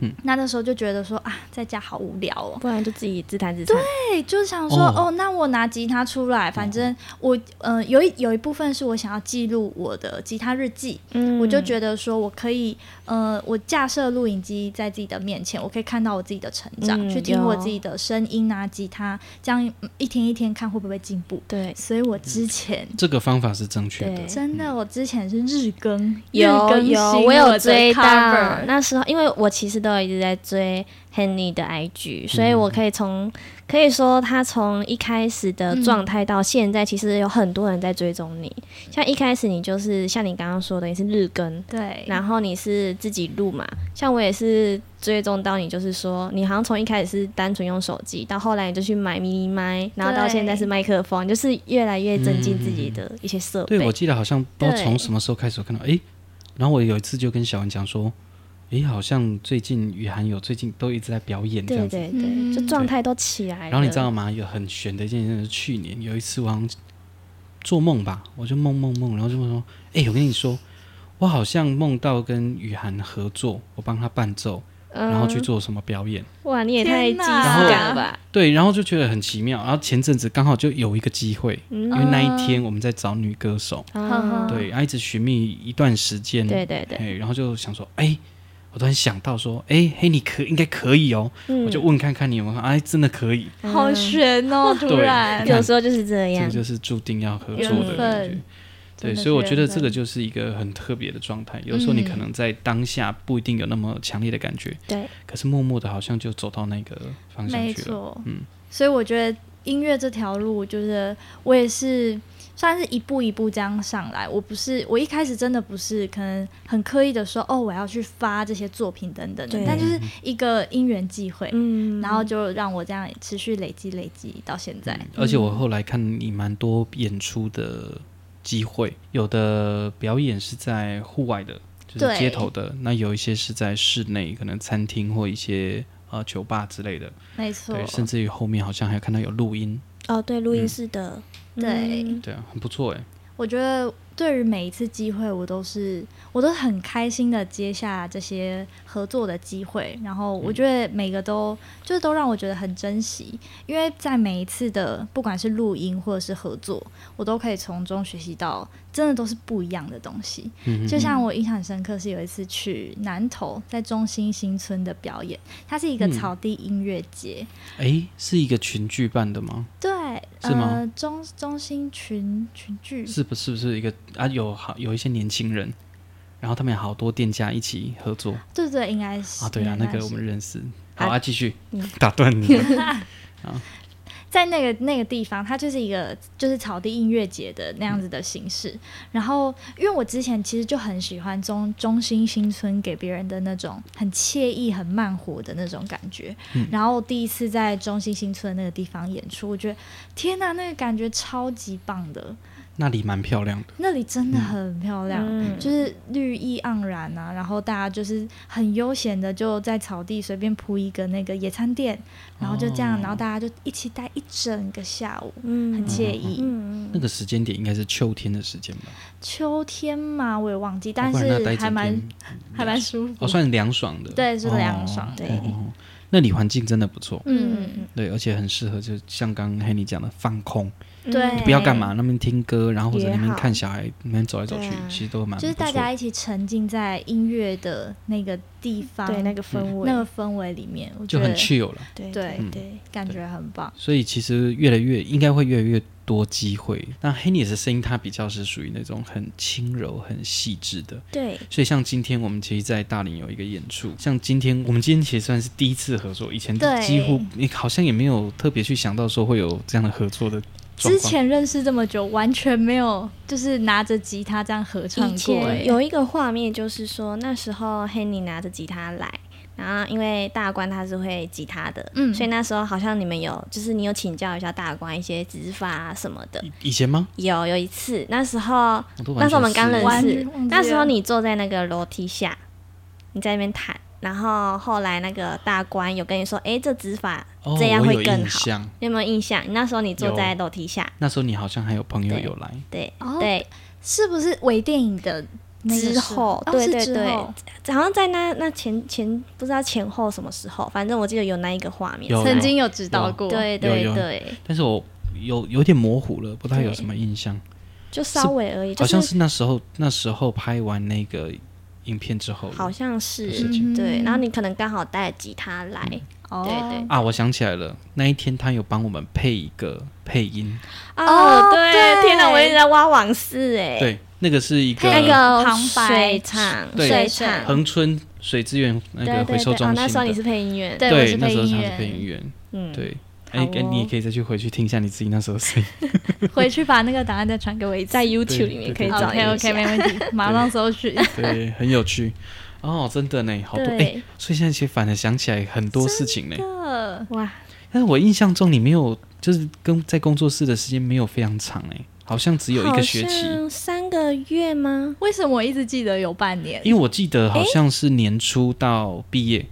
[SPEAKER 1] 嗯
[SPEAKER 2] 那那时候就觉得说啊，在家好无聊哦，
[SPEAKER 3] 不然就自己自弹自唱。
[SPEAKER 2] 对，就是想说
[SPEAKER 1] 哦
[SPEAKER 2] 哦那我拿吉他出来，反正我嗯、呃有一有一部分是我想要记录我的吉他日记，
[SPEAKER 3] 嗯
[SPEAKER 2] 我就觉得说，我可以，呃，我架设录影机在自己的面前，我可以看到我自己的成长，
[SPEAKER 3] 嗯
[SPEAKER 2] 去听我
[SPEAKER 3] 有
[SPEAKER 2] 自己的声音啊、吉他，这样嗯一天一天看会不会进步。
[SPEAKER 3] 对，
[SPEAKER 2] 所以我之前、
[SPEAKER 1] 这个方法是正确的
[SPEAKER 3] 嗯对，嗯
[SPEAKER 2] 真的，我之前是日更，日
[SPEAKER 3] 有
[SPEAKER 2] 更新
[SPEAKER 3] 有，
[SPEAKER 2] 我
[SPEAKER 3] 有追到
[SPEAKER 2] 的 cover
[SPEAKER 3] 那时候，因为我其实都一直在追 Henny 的 IG，所以我可以从可以说他从一开始的状态到现在，其实有很多人在追踪你。像一开始你就是像你刚刚说的，你是日更，
[SPEAKER 2] 对，
[SPEAKER 3] 然后你是自己录嘛？像我也是追踪到你，就是说你好像从一开始是单纯用手机，到后来你就去买 mini 麦，然后到现在是麦克风，就是越来越增进自
[SPEAKER 1] 嗯
[SPEAKER 3] 己的一些设备。
[SPEAKER 1] 对，我记得好像不知道
[SPEAKER 3] 对
[SPEAKER 1] 从什么时候开始我看到，诶，然后我有一次就跟小文讲说，诶，好像最近雨涵有最近都一直在表演这
[SPEAKER 3] 对
[SPEAKER 1] 样子。
[SPEAKER 3] 对
[SPEAKER 2] 嗯
[SPEAKER 3] 对，就状态都起来了。
[SPEAKER 1] 然后你知道吗？有很悬的一件事，是去年有一次我好像做梦吧，我就梦梦梦，然后就梦说，诶，我跟你说，我好像梦到跟雨涵合作，我帮她伴奏，
[SPEAKER 3] 嗯，
[SPEAKER 1] 然后去做什么表演。
[SPEAKER 3] 哇，你也太
[SPEAKER 2] 天
[SPEAKER 3] 即
[SPEAKER 2] 哪
[SPEAKER 3] 视感了 吧？
[SPEAKER 1] 对，然后就觉得很奇妙。然后前阵子刚好就有一个机会，
[SPEAKER 3] 嗯
[SPEAKER 1] 因为那一天我们在找女歌手，
[SPEAKER 2] 啊
[SPEAKER 1] 对，然后一直寻觅一段时间，
[SPEAKER 3] 对嗯对对，
[SPEAKER 1] 哎，然后就想说，哎，我突然想到说，哎，嘿，你可应该可以哦，
[SPEAKER 3] 嗯
[SPEAKER 1] 我就问看看你有没有，哎，真的可以，
[SPEAKER 2] 好悬哦！ 突然
[SPEAKER 1] 对，
[SPEAKER 3] 有时候就是这
[SPEAKER 1] 这
[SPEAKER 3] 样
[SPEAKER 1] 个。就是注定要合作的
[SPEAKER 2] 缘
[SPEAKER 1] 感觉
[SPEAKER 2] 分。
[SPEAKER 1] 对，
[SPEAKER 2] 真的
[SPEAKER 1] 所以我
[SPEAKER 2] 是
[SPEAKER 1] 觉得
[SPEAKER 2] 缘分嗯
[SPEAKER 1] 这个就是一个很特别的状态。有时候你可能在当下不一定有那么强烈的感觉，
[SPEAKER 3] 对，
[SPEAKER 1] 可是默默的好像就走到那个方向
[SPEAKER 2] 没
[SPEAKER 1] 去了。
[SPEAKER 2] 错，
[SPEAKER 1] 嗯
[SPEAKER 2] 所以我觉得音乐这条路，就是我也是算是一步一步这样上来。我不是我一开始真的不是可能很刻意的说哦，我要去发这些作品等等的
[SPEAKER 3] 对，
[SPEAKER 2] 但就是一个因缘际会，
[SPEAKER 3] 嗯
[SPEAKER 2] 然后就让我这样持续累积累积到现在。
[SPEAKER 1] 而且我
[SPEAKER 2] 嗯
[SPEAKER 1] 后来看你蛮多演出的机会，有的表演是在户外的，就是
[SPEAKER 2] 对
[SPEAKER 1] 街头的；那有一些是在室内，可能餐厅或一些呃酒吧之类的。
[SPEAKER 2] 没错
[SPEAKER 1] 对，，甚至于后面好像还有看到有录音，
[SPEAKER 3] 哦，对，录
[SPEAKER 1] 嗯
[SPEAKER 3] 音室的，
[SPEAKER 2] 对
[SPEAKER 3] 嗯
[SPEAKER 1] 对啊，很不错哎。
[SPEAKER 2] 我觉得对于每一次机会，我都是我都很开心的接下这些合作的机会，然后
[SPEAKER 1] 嗯
[SPEAKER 2] 我觉得每个都就是都让我觉得很珍惜，因为在每一次的不管是录音或者是合作，我都可以从中学习到真的都是不一样的东西。
[SPEAKER 1] 嗯
[SPEAKER 2] 就像我印象很深刻是有一次去南投在中心新村的表演，它是一个
[SPEAKER 1] 嗯
[SPEAKER 2] 草地音乐节，
[SPEAKER 1] 哎，是一个群剧办的吗？
[SPEAKER 2] 对，
[SPEAKER 1] 是吗
[SPEAKER 2] 呃，中中心群群聚
[SPEAKER 1] 是不是不是一个啊？有好有一些年轻人，然后他们有好多店家一起合作
[SPEAKER 2] 对对，应该是
[SPEAKER 1] 啊。对啊，
[SPEAKER 2] 应
[SPEAKER 1] 那
[SPEAKER 2] 该
[SPEAKER 1] 个
[SPEAKER 2] 是
[SPEAKER 1] 我们认识。好
[SPEAKER 3] 啊
[SPEAKER 1] 啊，继续
[SPEAKER 3] 嗯
[SPEAKER 1] 打断你。
[SPEAKER 2] 在那个那个地方，它就是一个就是草地音乐节的那样子的形式。然后，因为我之前其实就很喜欢中中心新村给别人的那种很惬意、很慢活的那种感觉。然后第一次在中心新村那个地方演出，我觉得天呐，那个感觉超级棒的，
[SPEAKER 1] 那里蛮漂亮的，
[SPEAKER 2] 那里真的很漂亮。
[SPEAKER 3] 嗯
[SPEAKER 2] 就是绿意盎然啊，然后大家就是很悠闲的就在草地随便铺一个那个野餐垫，然后就这样，
[SPEAKER 1] 哦
[SPEAKER 2] 然后大家就一起待一整个下午，
[SPEAKER 3] 嗯
[SPEAKER 2] 很惬意。
[SPEAKER 3] 嗯
[SPEAKER 1] 那个时间点应该是秋天的时间吧？
[SPEAKER 2] 秋天嘛，我也忘记，但
[SPEAKER 1] 不然要待
[SPEAKER 2] 是
[SPEAKER 1] 一
[SPEAKER 2] 还
[SPEAKER 1] 整
[SPEAKER 2] 蛮
[SPEAKER 1] 天
[SPEAKER 2] 还蛮舒服。
[SPEAKER 1] 哦，算凉爽的。
[SPEAKER 2] 对，是
[SPEAKER 1] 哦
[SPEAKER 2] 凉爽的。
[SPEAKER 3] 对
[SPEAKER 1] 哦哦那里环境真的不错，
[SPEAKER 2] 嗯，
[SPEAKER 1] 对，而且很适合，就像刚刚 Henny 讲的放空，
[SPEAKER 3] 嗯
[SPEAKER 2] 对
[SPEAKER 1] 你不要干嘛，那边听歌，然后或者
[SPEAKER 3] 也
[SPEAKER 1] 那边
[SPEAKER 3] 好
[SPEAKER 1] 看小孩，那边走来走去
[SPEAKER 3] 对啊，
[SPEAKER 1] 其实都蛮
[SPEAKER 2] 就是
[SPEAKER 1] 不
[SPEAKER 2] 大
[SPEAKER 1] 错
[SPEAKER 2] 家一起沉浸在音乐的那个地方，
[SPEAKER 3] 对那个氛围，
[SPEAKER 2] 那个氛围里面，我觉
[SPEAKER 1] 就很
[SPEAKER 2] 得
[SPEAKER 1] chill 了。
[SPEAKER 3] 对
[SPEAKER 2] 对
[SPEAKER 3] 对对，
[SPEAKER 2] 感觉很棒。
[SPEAKER 1] 所以其实越来越应该会越来越多机会。那 Henny 的声音，它比较是属于那种很轻柔、很细致的。
[SPEAKER 3] 对
[SPEAKER 1] 所以像今天我们其实，在大林有一个演出，像今天我们今天其实算是第一次合作，以前
[SPEAKER 2] 对
[SPEAKER 1] 几乎你好像也没有特别去想到说会有这样的合作的状
[SPEAKER 2] 之
[SPEAKER 1] 况。
[SPEAKER 2] 前认识这么久，完全没有就是拿着吉他这样合唱
[SPEAKER 3] 以
[SPEAKER 2] 过、欸
[SPEAKER 3] 前有一个画面，就是说那时候 Henny 拿着吉他来，然后因为大关他是会吉他的，
[SPEAKER 2] 嗯
[SPEAKER 3] 所以那时候好像你们有，就是你有请教一下大关一些指法啊什么
[SPEAKER 2] 嗯
[SPEAKER 3] 的。
[SPEAKER 1] 以以前吗？
[SPEAKER 3] 有有一次，那时候
[SPEAKER 1] 我都完全
[SPEAKER 3] 那时候我们刚
[SPEAKER 1] 失
[SPEAKER 3] 认
[SPEAKER 1] 望
[SPEAKER 2] 完
[SPEAKER 3] 识
[SPEAKER 2] 全忘记，
[SPEAKER 3] 那时候
[SPEAKER 2] 了
[SPEAKER 3] 你坐在那个楼梯下，你在那边弹，然后后来那个大关有跟你说，哎、这指法
[SPEAKER 1] 哦，
[SPEAKER 3] 这样
[SPEAKER 1] 我
[SPEAKER 3] 会
[SPEAKER 1] 有
[SPEAKER 3] 更
[SPEAKER 1] 印
[SPEAKER 3] 好
[SPEAKER 1] 象
[SPEAKER 3] 你有没有印象？你那时候你坐
[SPEAKER 1] 有
[SPEAKER 3] 在楼梯下，
[SPEAKER 1] 那时候你好像还有朋友
[SPEAKER 3] 对
[SPEAKER 1] 有来，
[SPEAKER 3] 对、
[SPEAKER 2] 哦
[SPEAKER 3] 对，
[SPEAKER 2] 是不是微电影的那个时
[SPEAKER 3] 之
[SPEAKER 2] 候
[SPEAKER 3] 后？
[SPEAKER 2] 哦
[SPEAKER 3] 对
[SPEAKER 2] 是
[SPEAKER 3] 对
[SPEAKER 2] 之
[SPEAKER 3] 对
[SPEAKER 2] 后
[SPEAKER 3] 好像在那那前前不知道前后什么时候，反正我记得有那一个画面，
[SPEAKER 1] 有
[SPEAKER 2] 曾经有指导
[SPEAKER 1] 有
[SPEAKER 2] 过，
[SPEAKER 3] 对对
[SPEAKER 1] 有有
[SPEAKER 3] 对，
[SPEAKER 1] 但是我有有点模糊了，不太有
[SPEAKER 3] 对
[SPEAKER 1] 什么印象。
[SPEAKER 3] 就稍微而已，
[SPEAKER 1] 好
[SPEAKER 3] 就
[SPEAKER 1] 像是那时候那时候拍完那个影片之后的，
[SPEAKER 3] 好像是
[SPEAKER 1] 事
[SPEAKER 2] 情
[SPEAKER 3] 对，然后你可能刚好带吉他来，
[SPEAKER 2] 嗯哦
[SPEAKER 3] 对对
[SPEAKER 1] 啊，我想起来了，那一天他有帮我们配一个配音，
[SPEAKER 2] 哦
[SPEAKER 3] 嗯对，
[SPEAKER 2] 对
[SPEAKER 3] 天哪，我一直在挖往事哎，
[SPEAKER 1] 对，那个是一个
[SPEAKER 3] 那个
[SPEAKER 2] 旁白
[SPEAKER 3] 水厂
[SPEAKER 1] 对
[SPEAKER 3] 水厂，
[SPEAKER 1] 恒春水资源那
[SPEAKER 3] 对
[SPEAKER 1] 个
[SPEAKER 3] 对
[SPEAKER 1] 回收
[SPEAKER 3] 对，
[SPEAKER 1] 中
[SPEAKER 3] 哦，
[SPEAKER 1] 心的。
[SPEAKER 3] 那时候你是配音员，
[SPEAKER 2] 对我
[SPEAKER 1] 对，
[SPEAKER 2] 是
[SPEAKER 1] 那
[SPEAKER 2] 配
[SPEAKER 1] 时候
[SPEAKER 2] 音
[SPEAKER 1] 他是
[SPEAKER 2] 员
[SPEAKER 1] 配音员，
[SPEAKER 3] 嗯，
[SPEAKER 1] 对。哎、
[SPEAKER 3] 好
[SPEAKER 1] 哎你也
[SPEAKER 3] 哦
[SPEAKER 1] 可以再去回去听一下你自己那时候的声 音。
[SPEAKER 2] 回去把那个档案再传给我一次。
[SPEAKER 3] 在
[SPEAKER 1] 对
[SPEAKER 3] YouTube 里面可以
[SPEAKER 1] 对
[SPEAKER 3] 找一
[SPEAKER 2] OK
[SPEAKER 3] 下
[SPEAKER 2] OK，没问 题，马上搜寻。
[SPEAKER 1] 对，很有趣。哦，真的呢，好多哎、
[SPEAKER 3] 对，
[SPEAKER 1] 所以现在其实反而想起来很多事情呢。
[SPEAKER 2] 呃
[SPEAKER 3] 哇，
[SPEAKER 1] 但是我印象中你没有，就是跟在工作室的时间没有非常长哎、好像只有一个学期，，
[SPEAKER 3] 三个月吗？
[SPEAKER 2] 为什么我一直记得有半年？
[SPEAKER 1] 因为我记得好像是年初到毕业，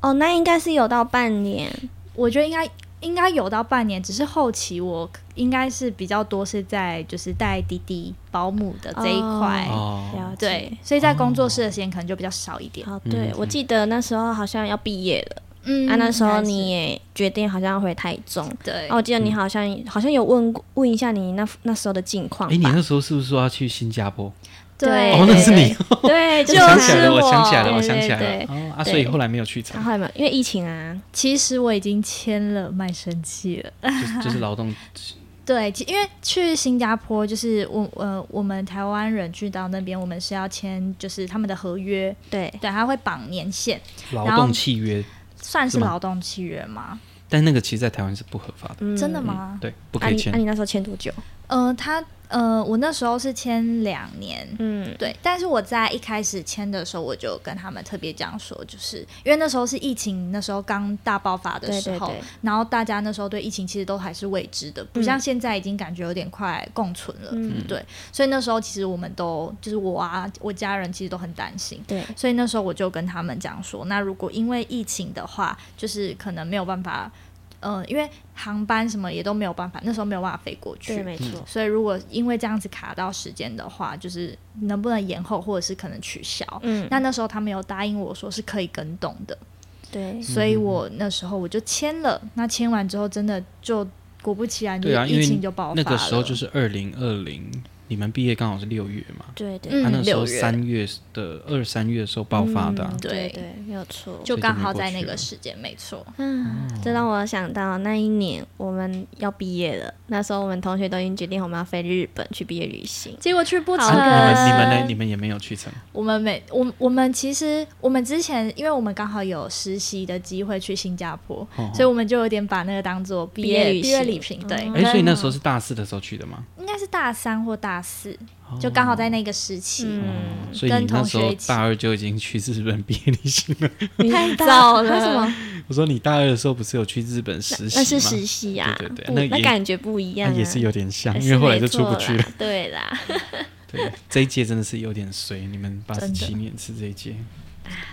[SPEAKER 3] 哦，那应该是有到半年。
[SPEAKER 2] 我觉得应该应该有到半年，只是后期我应该是比较多是在就是带弟弟保姆的这一
[SPEAKER 3] 哎
[SPEAKER 2] 块，
[SPEAKER 1] 哦，
[SPEAKER 3] 了解。
[SPEAKER 2] 对，所以在工作室的时间可能就比较少一点。
[SPEAKER 3] 哦，对，
[SPEAKER 1] 嗯
[SPEAKER 3] 我记得那时候好像要毕业了，
[SPEAKER 2] 嗯
[SPEAKER 3] 啊，那时候
[SPEAKER 2] 应
[SPEAKER 3] 你
[SPEAKER 2] 该
[SPEAKER 3] 也决定好像要回台中。
[SPEAKER 2] 是对
[SPEAKER 3] 啊，我记得你好像、好像有问过问一下你那那时候的近况
[SPEAKER 1] 哎、
[SPEAKER 3] 吧。
[SPEAKER 1] 你那时候是不是说要去新加坡？
[SPEAKER 2] 哎
[SPEAKER 3] 对
[SPEAKER 1] 哦，那是你，
[SPEAKER 3] 对，
[SPEAKER 1] 我
[SPEAKER 3] 就
[SPEAKER 1] 想起来
[SPEAKER 3] 是
[SPEAKER 1] 了，我想起来了，
[SPEAKER 3] 对
[SPEAKER 1] 我想起
[SPEAKER 3] 对
[SPEAKER 1] 来
[SPEAKER 2] 哎
[SPEAKER 3] 对
[SPEAKER 1] 了。哦啊，
[SPEAKER 3] 对
[SPEAKER 1] 所以后来没有去
[SPEAKER 3] 然
[SPEAKER 1] 成，
[SPEAKER 3] 后还有没有因为疫情啊，
[SPEAKER 2] 其实我已经签了卖身契了。
[SPEAKER 1] 就是就是劳动，
[SPEAKER 2] 对，其因为去新加坡就是我呃，我们台湾人去到那边，我们是要签就是他们的合约，
[SPEAKER 3] 对，
[SPEAKER 2] 对，他会绑年限，
[SPEAKER 1] 劳
[SPEAKER 2] 然后
[SPEAKER 1] 动契约，
[SPEAKER 2] 算
[SPEAKER 1] 是
[SPEAKER 2] 是
[SPEAKER 1] 吗
[SPEAKER 2] 劳动契约吗？
[SPEAKER 1] 但那个其实，在台湾是不合法的，
[SPEAKER 3] 嗯
[SPEAKER 2] 真的？吗？
[SPEAKER 1] 对，不
[SPEAKER 3] 啊
[SPEAKER 1] 可以
[SPEAKER 3] 你
[SPEAKER 1] 签
[SPEAKER 3] 啊，。你那时候签多久？
[SPEAKER 2] 呃，他呃，我那时候是签两年。
[SPEAKER 3] 嗯，
[SPEAKER 2] 对，但是我在一开始签的时候，我就跟他们特别这样说，就是因为那时候是疫情，那时候刚大爆发的
[SPEAKER 3] 对
[SPEAKER 2] 时
[SPEAKER 3] 对
[SPEAKER 2] 候，
[SPEAKER 3] 对，
[SPEAKER 2] 然后大家那时候对疫情其实都还是未知的，不
[SPEAKER 3] 嗯
[SPEAKER 2] 像现在已经感觉有点快共存了。
[SPEAKER 3] 嗯
[SPEAKER 2] 对，所以那时候其实我们都就是我啊，我家人其实都很担心。
[SPEAKER 3] 对，
[SPEAKER 2] 所以那时候我就跟他们讲说，那如果因为疫情的话，就是可能没有办法，呃，因为航班什么也都没有办法，那时候没有办法飞过
[SPEAKER 3] 对，
[SPEAKER 2] 去。
[SPEAKER 3] 没错，
[SPEAKER 2] 所以如果因为这样子卡到时间的话，就是能不能延后或者是可能取消？
[SPEAKER 3] 嗯，
[SPEAKER 2] 那那时候他们有答应我说是可以跟动的，
[SPEAKER 3] 对，
[SPEAKER 2] 所
[SPEAKER 1] 嗯
[SPEAKER 2] 以我那时候我就签了。那签完之后，真的就果不其然，就
[SPEAKER 1] 对啊因
[SPEAKER 2] 疫
[SPEAKER 1] 为
[SPEAKER 2] 情就爆发
[SPEAKER 1] 那
[SPEAKER 2] 了。
[SPEAKER 1] 个时候就是二零二零，你们毕业刚好是六月嘛，啊
[SPEAKER 3] 对对
[SPEAKER 2] 嗯
[SPEAKER 1] 他、那时候
[SPEAKER 2] 六月
[SPEAKER 1] 三月的二三月的时候爆发的啊、
[SPEAKER 3] 嗯对
[SPEAKER 2] 对
[SPEAKER 3] 对，没有错。
[SPEAKER 1] 所
[SPEAKER 2] 就
[SPEAKER 1] 以就
[SPEAKER 2] 刚
[SPEAKER 1] 没
[SPEAKER 2] 好
[SPEAKER 1] 过
[SPEAKER 2] 在
[SPEAKER 1] 去
[SPEAKER 2] 那个
[SPEAKER 1] 了
[SPEAKER 2] 时间，没错。
[SPEAKER 3] 嗯，
[SPEAKER 1] 哦
[SPEAKER 3] 这让我想到那一年我们要毕业了，那时候我们同学都已经决定我们要飞日本去毕业旅
[SPEAKER 1] 哦
[SPEAKER 3] 行。
[SPEAKER 2] 结果去不成。
[SPEAKER 3] 好
[SPEAKER 1] 啊你
[SPEAKER 3] 可
[SPEAKER 1] 们
[SPEAKER 3] 惜
[SPEAKER 1] 你们呢？你们也没有去成，
[SPEAKER 2] 我们每我我们其实我们之前，因为我们刚好有实习的机会去新加坡，
[SPEAKER 1] 哦
[SPEAKER 2] 所以我们就有点把那个当做毕业
[SPEAKER 3] 毕业旅
[SPEAKER 2] 毕业
[SPEAKER 3] 行
[SPEAKER 2] 旅行，对，
[SPEAKER 1] 哎、
[SPEAKER 3] 嗯
[SPEAKER 1] 所以那时候是大四的时候去的吗？
[SPEAKER 2] 应该是大三或大四，
[SPEAKER 1] 哦
[SPEAKER 2] 就刚好在那个时期。
[SPEAKER 3] 嗯，
[SPEAKER 1] 所以你
[SPEAKER 2] 跟同
[SPEAKER 1] 那时
[SPEAKER 2] 学
[SPEAKER 1] 候
[SPEAKER 2] 一起
[SPEAKER 1] 大二就已经去日本毕业旅行了。
[SPEAKER 2] 太早了
[SPEAKER 3] 为什么？
[SPEAKER 1] 我说你大二的时候不是有去日本实习吗？
[SPEAKER 3] 那是实习啊，
[SPEAKER 1] 对对对
[SPEAKER 3] 不
[SPEAKER 1] 那
[SPEAKER 3] 那
[SPEAKER 1] 也
[SPEAKER 3] 感觉不一样
[SPEAKER 1] 那
[SPEAKER 3] 啊，
[SPEAKER 1] 也是有点像
[SPEAKER 3] 还，是
[SPEAKER 1] 因为后来就
[SPEAKER 3] 没
[SPEAKER 1] 出
[SPEAKER 3] 错
[SPEAKER 1] 不去了
[SPEAKER 3] 啦。。对啦，
[SPEAKER 1] 对，这一届真的是有点衰，你们八十
[SPEAKER 2] 真的
[SPEAKER 1] 七年是这一届，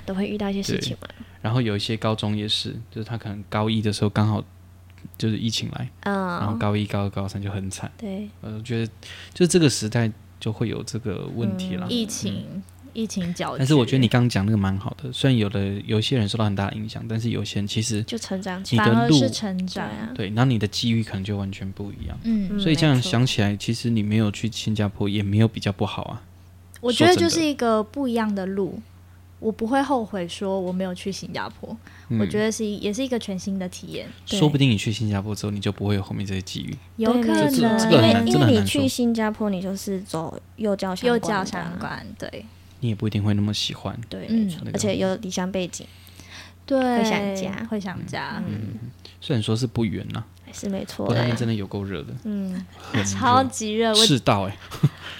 [SPEAKER 3] 都会遇到一些事情嘛。
[SPEAKER 1] 然后有一些高中也是，就是他可能高一的时候刚好就是疫情来，然后
[SPEAKER 3] 嗯，
[SPEAKER 1] 高一、高二、高三就很惨。
[SPEAKER 3] 对，
[SPEAKER 1] 呃，我觉得就这个时代就会有这个问题
[SPEAKER 3] 嗯
[SPEAKER 1] 啦。
[SPEAKER 2] 疫情，疫情搅局。
[SPEAKER 1] 嗯但是我觉得你刚刚讲那个蛮好的，虽然有的有一些人受到很大的影响，但是有些人其实
[SPEAKER 3] 就成长起
[SPEAKER 1] 你
[SPEAKER 3] 来。
[SPEAKER 2] 反
[SPEAKER 1] 的
[SPEAKER 2] 而
[SPEAKER 1] 路
[SPEAKER 2] 是成
[SPEAKER 1] 嗯
[SPEAKER 3] 对
[SPEAKER 2] 长，
[SPEAKER 3] 啊，
[SPEAKER 1] 对，然后你的机遇可能就完全不一样。
[SPEAKER 2] 嗯，
[SPEAKER 3] 嗯
[SPEAKER 1] 所以这样
[SPEAKER 3] 没错
[SPEAKER 1] 想起来，其实你没有去新加坡也没有比较不好啊。
[SPEAKER 2] 我觉得就是一个不一样的路。我不会后悔说我没有去新加坡，
[SPEAKER 1] 嗯、
[SPEAKER 2] 我觉得是也是一个全新的体验，
[SPEAKER 3] 对
[SPEAKER 1] 说不定你去新加坡之后，你就不会有后面这些机遇。
[SPEAKER 2] 有可
[SPEAKER 3] 对
[SPEAKER 2] 能
[SPEAKER 3] 没错
[SPEAKER 1] 这个很难真的
[SPEAKER 3] 因为
[SPEAKER 1] 很
[SPEAKER 3] 因为
[SPEAKER 1] 难
[SPEAKER 3] 你
[SPEAKER 1] 说
[SPEAKER 3] 去新加坡，你就是走幼教相
[SPEAKER 2] 幼
[SPEAKER 3] 关的啊
[SPEAKER 2] 教相，关，对
[SPEAKER 1] 你也不一定会那么喜欢。
[SPEAKER 3] 对，
[SPEAKER 2] 嗯
[SPEAKER 3] 没错
[SPEAKER 1] 那个
[SPEAKER 3] 而且有离乡背景，
[SPEAKER 2] 对，
[SPEAKER 3] 会想家
[SPEAKER 2] 会想家，
[SPEAKER 3] 嗯，
[SPEAKER 1] 虽然说是不远呐、
[SPEAKER 3] 还是没错
[SPEAKER 1] 不过他们
[SPEAKER 3] 的。
[SPEAKER 1] 真的有够热的，
[SPEAKER 3] 嗯，
[SPEAKER 1] 很热
[SPEAKER 2] 超级热。呃我
[SPEAKER 1] 赤道哎、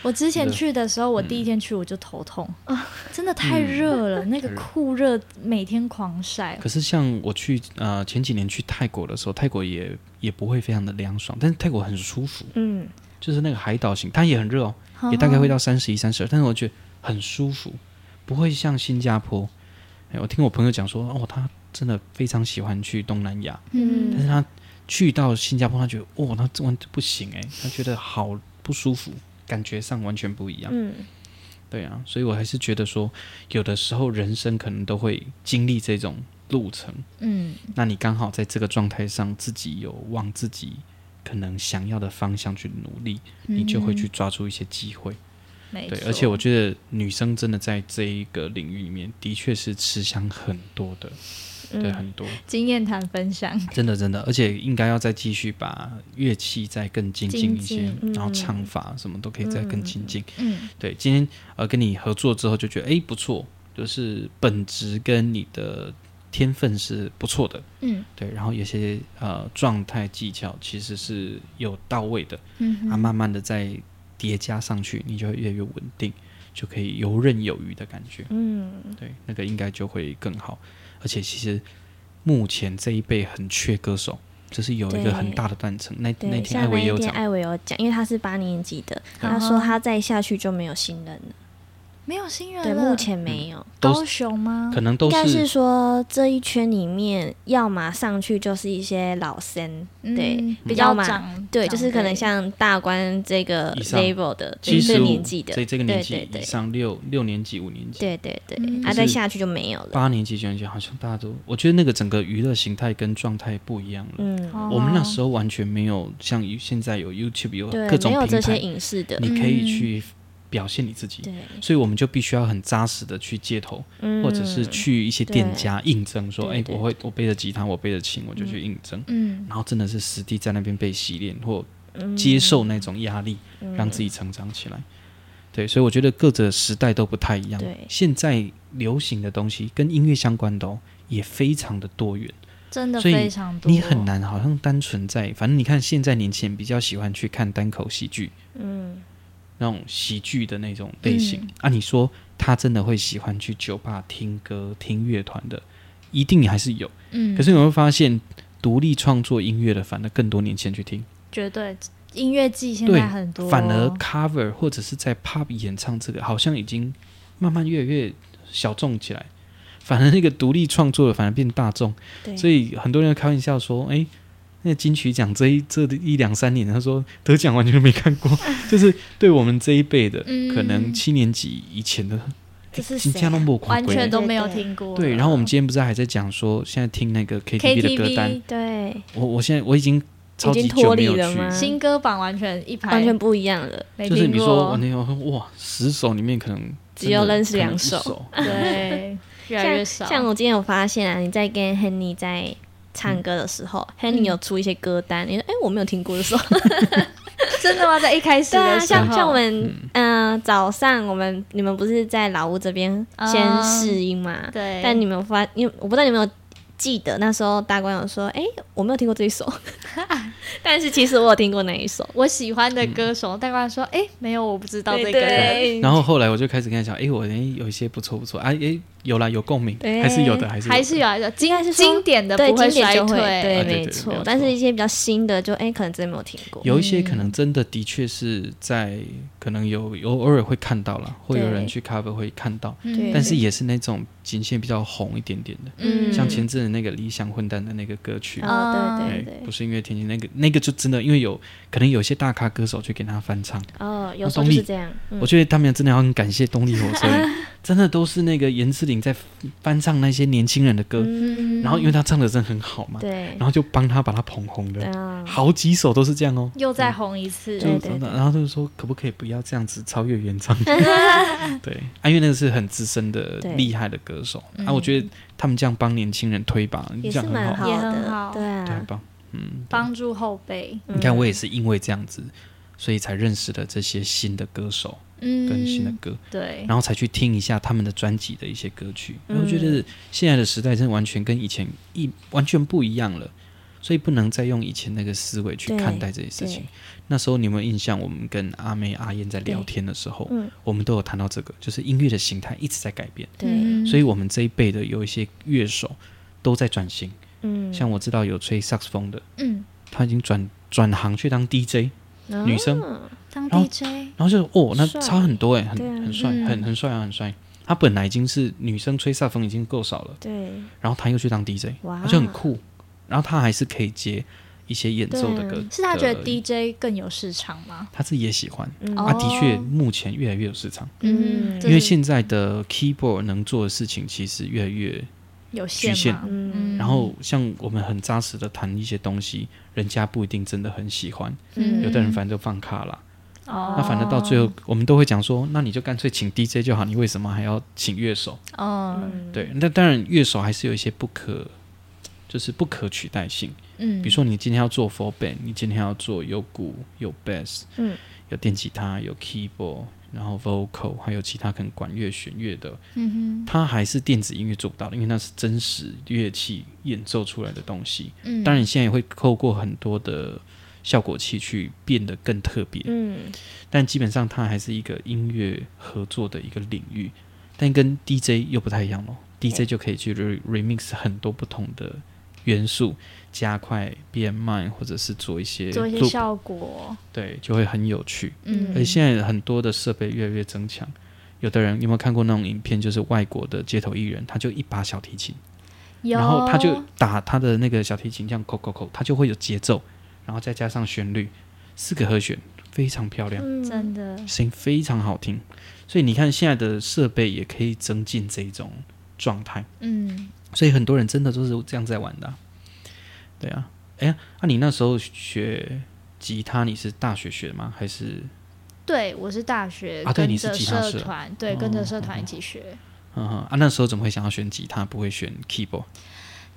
[SPEAKER 2] 我之前去的时候，
[SPEAKER 1] 嗯
[SPEAKER 2] 我第一天去我就头痛，
[SPEAKER 3] 哦
[SPEAKER 2] 真的太热了，那个酷热每天狂晒。
[SPEAKER 1] 可是像我去呃前几年去泰国的时候，泰国也也不会非常的凉爽，但是泰国很舒服，
[SPEAKER 3] 嗯，
[SPEAKER 1] 就是那个海岛型，它也很热哦，也大概会到三十一、三十二，但是我觉得很舒服，不会像新加坡。哎，我听我朋友讲说，哦，他真的非常喜欢去东南亚，但
[SPEAKER 2] 嗯
[SPEAKER 1] 是他去到新加坡，他觉得哦，那这完全不行哎，他觉得好不舒服，感觉上完全不一样。
[SPEAKER 3] 嗯，
[SPEAKER 1] 对啊，所以我还是觉得说，有的时候人生可能都会经历这种路程。
[SPEAKER 2] 嗯，
[SPEAKER 1] 那你刚好在这个状态上，自己有往自己可能想要的方向去努力，你就会去抓住一些机会。
[SPEAKER 2] 嗯没
[SPEAKER 1] 对，
[SPEAKER 2] 错
[SPEAKER 1] 而且我觉得女生真的在这一个领域里面，的确是吃香很多的，对，
[SPEAKER 3] 嗯
[SPEAKER 1] 很多，
[SPEAKER 2] 经验谈分享，
[SPEAKER 1] 真的真的，而且应该要再继续把乐器再更精进一些
[SPEAKER 2] 精，
[SPEAKER 1] 然后唱法什么都可以再更精进。
[SPEAKER 2] 嗯，
[SPEAKER 1] 对，今天呃跟你合作之后就觉得诶不错，就是本质跟你的天分是不错的，
[SPEAKER 2] 嗯
[SPEAKER 1] 对，然后有些呃状态技巧其实是有到位的，
[SPEAKER 2] 嗯
[SPEAKER 1] 啊，慢慢的再叠加上去，你就会越来越稳定，就可以游刃有余的感觉，
[SPEAKER 3] 嗯，
[SPEAKER 1] 对，那个应该就会更好，而且其实目前这一辈很缺歌手，就是有一
[SPEAKER 3] 对
[SPEAKER 1] 个很大的断层。那
[SPEAKER 3] 对，
[SPEAKER 1] 那天艾
[SPEAKER 3] 像那
[SPEAKER 1] 维也
[SPEAKER 3] 一
[SPEAKER 1] 有
[SPEAKER 3] 天
[SPEAKER 1] 讲，
[SPEAKER 3] 艾维有讲，因为他是八年级的，
[SPEAKER 1] 对
[SPEAKER 3] 他说他再下去就没有新人了。
[SPEAKER 2] 没有新人
[SPEAKER 3] 对，
[SPEAKER 2] 了。
[SPEAKER 3] 目前没有，
[SPEAKER 1] 都
[SPEAKER 2] 高雄吗？
[SPEAKER 1] 可能都
[SPEAKER 3] 应该是
[SPEAKER 1] 是
[SPEAKER 3] 说这一圈里面，要么上去就是一些老生，对
[SPEAKER 2] 嗯比
[SPEAKER 3] 要
[SPEAKER 2] 较
[SPEAKER 3] 嘛
[SPEAKER 2] 长，
[SPEAKER 3] 对，就是可能
[SPEAKER 2] 长辈
[SPEAKER 3] 像大官这个
[SPEAKER 1] 以上
[SPEAKER 3] level 的，对
[SPEAKER 1] 七
[SPEAKER 3] 这
[SPEAKER 1] 十
[SPEAKER 3] 个
[SPEAKER 1] 五
[SPEAKER 3] 年纪的，
[SPEAKER 1] 这这个年纪
[SPEAKER 3] 对
[SPEAKER 1] 以
[SPEAKER 3] 对对
[SPEAKER 1] 上六六年级、五年级、
[SPEAKER 3] 对对对，
[SPEAKER 2] 嗯
[SPEAKER 1] 就
[SPEAKER 3] 啊，
[SPEAKER 1] 是
[SPEAKER 3] 再下去就没有了。
[SPEAKER 1] 八年级、九年级，好像大家都，我觉得那个整个娱乐形态跟状态不一样了。
[SPEAKER 3] 嗯，
[SPEAKER 1] 我们那时
[SPEAKER 2] 候
[SPEAKER 1] 候完全没有像现在有 YouTube 有
[SPEAKER 3] 对
[SPEAKER 1] 各，种
[SPEAKER 3] 没有
[SPEAKER 1] 平
[SPEAKER 3] 这些
[SPEAKER 1] 台，
[SPEAKER 3] 影视的，
[SPEAKER 1] 你可以
[SPEAKER 2] 嗯
[SPEAKER 1] 去表现你自己。
[SPEAKER 3] 对，
[SPEAKER 1] 所以我们就必须要很扎实的去街头，
[SPEAKER 3] 嗯
[SPEAKER 1] 或者是去一些店家应征，说，
[SPEAKER 3] 对
[SPEAKER 1] 哎，
[SPEAKER 3] 对
[SPEAKER 1] 我会我背着吉他，我背着琴，我就去应征。
[SPEAKER 2] 嗯
[SPEAKER 1] 然后真的是实地在那边被洗练或
[SPEAKER 3] 嗯
[SPEAKER 1] 接受那种压力，让自
[SPEAKER 3] 己
[SPEAKER 1] 己成长起来。对，所以我觉得各个时代都不太一样
[SPEAKER 3] 对。
[SPEAKER 1] 现在流行的东西跟音乐相关的哦，也非常的多元，
[SPEAKER 2] 真的
[SPEAKER 1] 所以
[SPEAKER 2] 非常多，
[SPEAKER 1] 你很难好像单纯在，反正你看现在年轻人比较喜欢去看单口喜剧，
[SPEAKER 3] 嗯
[SPEAKER 1] 那种喜剧的那种类型、
[SPEAKER 2] 嗯
[SPEAKER 1] 啊，你说他真的会喜欢去酒吧听歌、听乐团的，一定还是有。
[SPEAKER 2] 嗯，
[SPEAKER 1] 可是你会发现，独立创作音乐的反而更多年轻人去听，
[SPEAKER 2] 绝对音乐季现
[SPEAKER 1] 对
[SPEAKER 2] 在很多，
[SPEAKER 1] 反而 cover 或者是在 pub 演唱这个，好像已经慢慢越来越小众起来。反而那个独立创作的反而变大众，
[SPEAKER 3] 对，
[SPEAKER 1] 所以很多人开玩笑说：“哎、那金曲奖这一这一两三年，他说得奖完全没看 过，就是对我们这一辈的，
[SPEAKER 2] 嗯
[SPEAKER 1] 可能七年级以前的
[SPEAKER 3] 这是
[SPEAKER 1] 新
[SPEAKER 3] 谁
[SPEAKER 1] 加
[SPEAKER 3] 啊
[SPEAKER 1] 坡跨
[SPEAKER 2] 完
[SPEAKER 1] 过
[SPEAKER 2] 全
[SPEAKER 1] 的。
[SPEAKER 2] 都没有听过。
[SPEAKER 1] 对，然后我们今天不是还在讲说，现在听那个 KTV 的歌单
[SPEAKER 2] KTV，
[SPEAKER 3] 对，
[SPEAKER 1] 我我现在我已经超级
[SPEAKER 3] 已经脱
[SPEAKER 1] 久没
[SPEAKER 3] 离
[SPEAKER 1] 有
[SPEAKER 3] 了
[SPEAKER 1] 去，
[SPEAKER 3] 吗
[SPEAKER 2] 新歌榜完全一排
[SPEAKER 3] 完全不一样了。
[SPEAKER 2] 没
[SPEAKER 1] 就是
[SPEAKER 2] 听
[SPEAKER 1] 你说我
[SPEAKER 2] 过，
[SPEAKER 1] 那天我说哇，十首里面可能
[SPEAKER 3] 只有
[SPEAKER 1] 真的
[SPEAKER 3] 认
[SPEAKER 1] 可
[SPEAKER 3] 识
[SPEAKER 1] 能
[SPEAKER 3] 两
[SPEAKER 1] 一
[SPEAKER 3] 首
[SPEAKER 1] 首，
[SPEAKER 2] 对，越来越少。
[SPEAKER 3] 像像我今天有发现啊，你在跟 Henny 在唱
[SPEAKER 1] 嗯
[SPEAKER 3] 歌的时候、h e n n y 有出一些歌单，你说哎、我没有听过的时候，
[SPEAKER 2] 真的吗？在一开始
[SPEAKER 3] 对啊，
[SPEAKER 2] 的时候，
[SPEAKER 3] 像像我们嗯、呃早上我们你们不是在老屋这边先
[SPEAKER 2] 嗯
[SPEAKER 3] 试音嘛？
[SPEAKER 2] 对，
[SPEAKER 3] 但你们发你我不知道你们有记得那时候大官有说哎、我没有听过这 一首， 但是其实我有听过那一首，
[SPEAKER 2] 我喜欢
[SPEAKER 1] 嗯
[SPEAKER 2] 的歌手，大概说，哎，没有，我不知道这个人。
[SPEAKER 3] 对
[SPEAKER 1] 然后后来我就开始跟他讲，哎，我哎有一些不错不错，哎哎有啦有共鸣，
[SPEAKER 3] 对
[SPEAKER 1] 还是有的，还是
[SPEAKER 2] 还
[SPEAKER 1] 还
[SPEAKER 2] 是有的，经
[SPEAKER 3] 应该是说
[SPEAKER 2] 经典的
[SPEAKER 3] 对
[SPEAKER 2] 不会
[SPEAKER 3] 经典
[SPEAKER 2] 衰
[SPEAKER 3] 就会
[SPEAKER 2] 退，
[SPEAKER 1] 啊对对
[SPEAKER 3] 没
[SPEAKER 1] 对
[SPEAKER 3] 错
[SPEAKER 1] 没有，
[SPEAKER 3] 但
[SPEAKER 1] 错
[SPEAKER 3] 是一些比较新的就哎、可能真的没有听过，
[SPEAKER 1] 有一些可能真的的确是在可能有有偶尔会看到啦，会有人
[SPEAKER 3] 对
[SPEAKER 1] 去 cover 会看到，
[SPEAKER 2] 嗯
[SPEAKER 3] 对
[SPEAKER 1] 但是也是那种仅限比较红一点点的，
[SPEAKER 3] 嗯
[SPEAKER 1] 像前阵子那个理想混蛋的那个歌曲，
[SPEAKER 3] 哦对
[SPEAKER 1] 哎
[SPEAKER 2] 嗯
[SPEAKER 3] 对对，
[SPEAKER 1] 不是音乐天气，那个那个就真的因为有可能有些大咖歌手去给他翻唱，
[SPEAKER 3] 哦，有
[SPEAKER 1] 那
[SPEAKER 3] 时候
[SPEAKER 1] 东
[SPEAKER 3] 就
[SPEAKER 1] 立
[SPEAKER 3] 是这样。嗯
[SPEAKER 1] 我觉得他们真的要很感谢动力火 车，真的都是那个严志玲在翻唱那些年轻人的歌，
[SPEAKER 3] 嗯
[SPEAKER 1] 然后因为他唱的真的很好嘛，
[SPEAKER 3] 对
[SPEAKER 1] 然，后就帮他把他捧红的，
[SPEAKER 3] 嗯，
[SPEAKER 1] 好几首都是这样哦。
[SPEAKER 2] 又再红一次，
[SPEAKER 1] 就
[SPEAKER 3] 对
[SPEAKER 1] 真的，然后就是说，可不可以不要这样子超越原 唱？ 对，啊，因为那个是很资深的、
[SPEAKER 3] 对
[SPEAKER 1] 厉害的歌手啊，
[SPEAKER 2] 嗯
[SPEAKER 1] 我觉得他们这样帮年轻人推吧，
[SPEAKER 3] 也
[SPEAKER 1] 这
[SPEAKER 3] 是
[SPEAKER 1] 样很
[SPEAKER 3] 蛮
[SPEAKER 1] 好，
[SPEAKER 2] 也很
[SPEAKER 3] 的，
[SPEAKER 2] 好
[SPEAKER 3] 对
[SPEAKER 1] 对，很
[SPEAKER 3] 啊。
[SPEAKER 1] 棒。嗯，对
[SPEAKER 2] 帮助后辈，
[SPEAKER 1] 你看，我也
[SPEAKER 3] 是，
[SPEAKER 1] 是因为这样子，所以才认识了这些新的歌手
[SPEAKER 2] 嗯，
[SPEAKER 1] 跟新的歌，
[SPEAKER 2] 对，
[SPEAKER 1] 然后才去听一下他们的专辑的一些歌曲。因
[SPEAKER 3] 嗯
[SPEAKER 1] 为我觉得现在的时代真的完全跟以前一完全不一样了，所以不能再用以前那个思维去
[SPEAKER 3] 对
[SPEAKER 1] 看待这些事情
[SPEAKER 3] 对。
[SPEAKER 1] 那时候你有没有印象？我们跟阿妹、阿燕在聊天的时候，
[SPEAKER 3] 嗯，
[SPEAKER 1] 我们都有谈到这个，就是音乐的形态一直在改变，
[SPEAKER 2] 嗯
[SPEAKER 3] 对，
[SPEAKER 1] 所以我们这一辈的有一些乐手都在转型。
[SPEAKER 3] 嗯，
[SPEAKER 1] 像我知道有吹萨克斯风的，
[SPEAKER 2] 嗯，
[SPEAKER 1] 他已经转转行去当 DJ，女生
[SPEAKER 3] 哦
[SPEAKER 2] 当
[SPEAKER 1] 然后
[SPEAKER 2] DJ，
[SPEAKER 1] 然后就哦，那
[SPEAKER 3] 帅
[SPEAKER 1] 差很多哎，很
[SPEAKER 3] 对啊
[SPEAKER 1] 很帅，
[SPEAKER 2] 嗯
[SPEAKER 1] 很很帅啊，很帅。他本来已经是女生吹萨克风已经够少了，
[SPEAKER 3] 对，
[SPEAKER 1] 然后他又去当 DJ，
[SPEAKER 3] 哇，
[SPEAKER 1] 他就很酷。然后他还是可以接一些演奏的
[SPEAKER 3] 对
[SPEAKER 1] 歌
[SPEAKER 3] 啊，
[SPEAKER 2] 是他觉得
[SPEAKER 1] 的
[SPEAKER 2] DJ 更有市场吗？
[SPEAKER 1] 他自己也喜欢
[SPEAKER 3] 嗯
[SPEAKER 1] 啊。的确，
[SPEAKER 2] 哦
[SPEAKER 1] 目前越来越有市场，
[SPEAKER 3] 嗯
[SPEAKER 2] 这
[SPEAKER 1] 因为
[SPEAKER 2] 是
[SPEAKER 1] 现在的 keyboard 能做的事情其实越来越。
[SPEAKER 2] 有
[SPEAKER 1] 局
[SPEAKER 2] 限
[SPEAKER 1] 限
[SPEAKER 2] 嘛，
[SPEAKER 3] 嗯
[SPEAKER 1] 然后像我们很扎实的谈一些东西，人家不一定真的很喜欢，有的人反正就放卡了。
[SPEAKER 2] 嗯哦，
[SPEAKER 1] 那反正到最后，我们都会讲说，那你就干脆请 DJ 就好，你为什么还要请乐手？
[SPEAKER 2] 嗯
[SPEAKER 3] 嗯，
[SPEAKER 1] 啊对，那当然乐手还是有一些不可，就是不可取代性。
[SPEAKER 2] 嗯，
[SPEAKER 1] 比如说你今天要做 f o r band，你今天要做有鼓、有 bass，
[SPEAKER 3] 嗯，
[SPEAKER 1] 有电吉他、有 keyboard，然后 vocal，还有其他可能管乐、弦乐的，
[SPEAKER 2] 嗯
[SPEAKER 1] 它还是电子音乐做不到的，因为那是真实乐器演奏出来的东西。
[SPEAKER 2] 哼，嗯，
[SPEAKER 1] 当然，你现在也会透过很多的效果器去变得更特别。
[SPEAKER 3] 嗯，
[SPEAKER 1] 但基本上它还是一个音乐合作的一个领域，
[SPEAKER 2] 哦
[SPEAKER 1] 但跟 DJ 又不太一样咯 DJ 就可以去 re- remix 很多不同的元素加快、变慢，或者是做一些
[SPEAKER 2] 做一些
[SPEAKER 1] loop，
[SPEAKER 2] 效果，
[SPEAKER 1] 对，就会很有趣。
[SPEAKER 2] 嗯
[SPEAKER 1] 而且现在很多的设备越来越增强，有的人有没有看过那种影片？就是外国的街头艺人，他就一把小提琴，
[SPEAKER 2] 有，
[SPEAKER 1] 然后他就打他的那个小提琴，这样扣扣扣，他就会有节奏，然后再加上旋律，四个和弦非常漂亮，
[SPEAKER 3] 嗯
[SPEAKER 2] 真的
[SPEAKER 1] 声音非常好听。所以你看现在的设备也可以增进这种状态，
[SPEAKER 2] 嗯，
[SPEAKER 1] 所以很多人真的都是这样在玩的啊、对啊，哎呀，那、你那时候学吉他，你是大学学吗？还是
[SPEAKER 2] 对，我是大学
[SPEAKER 1] 啊对
[SPEAKER 2] 跟
[SPEAKER 1] 你是
[SPEAKER 2] 着
[SPEAKER 1] 吉他
[SPEAKER 2] 社
[SPEAKER 1] 社
[SPEAKER 2] 团，对，跟着社团一起学。
[SPEAKER 1] 嗯哼啊，那时候怎么会想要选吉他，不会选 keyboard？
[SPEAKER 2] 啊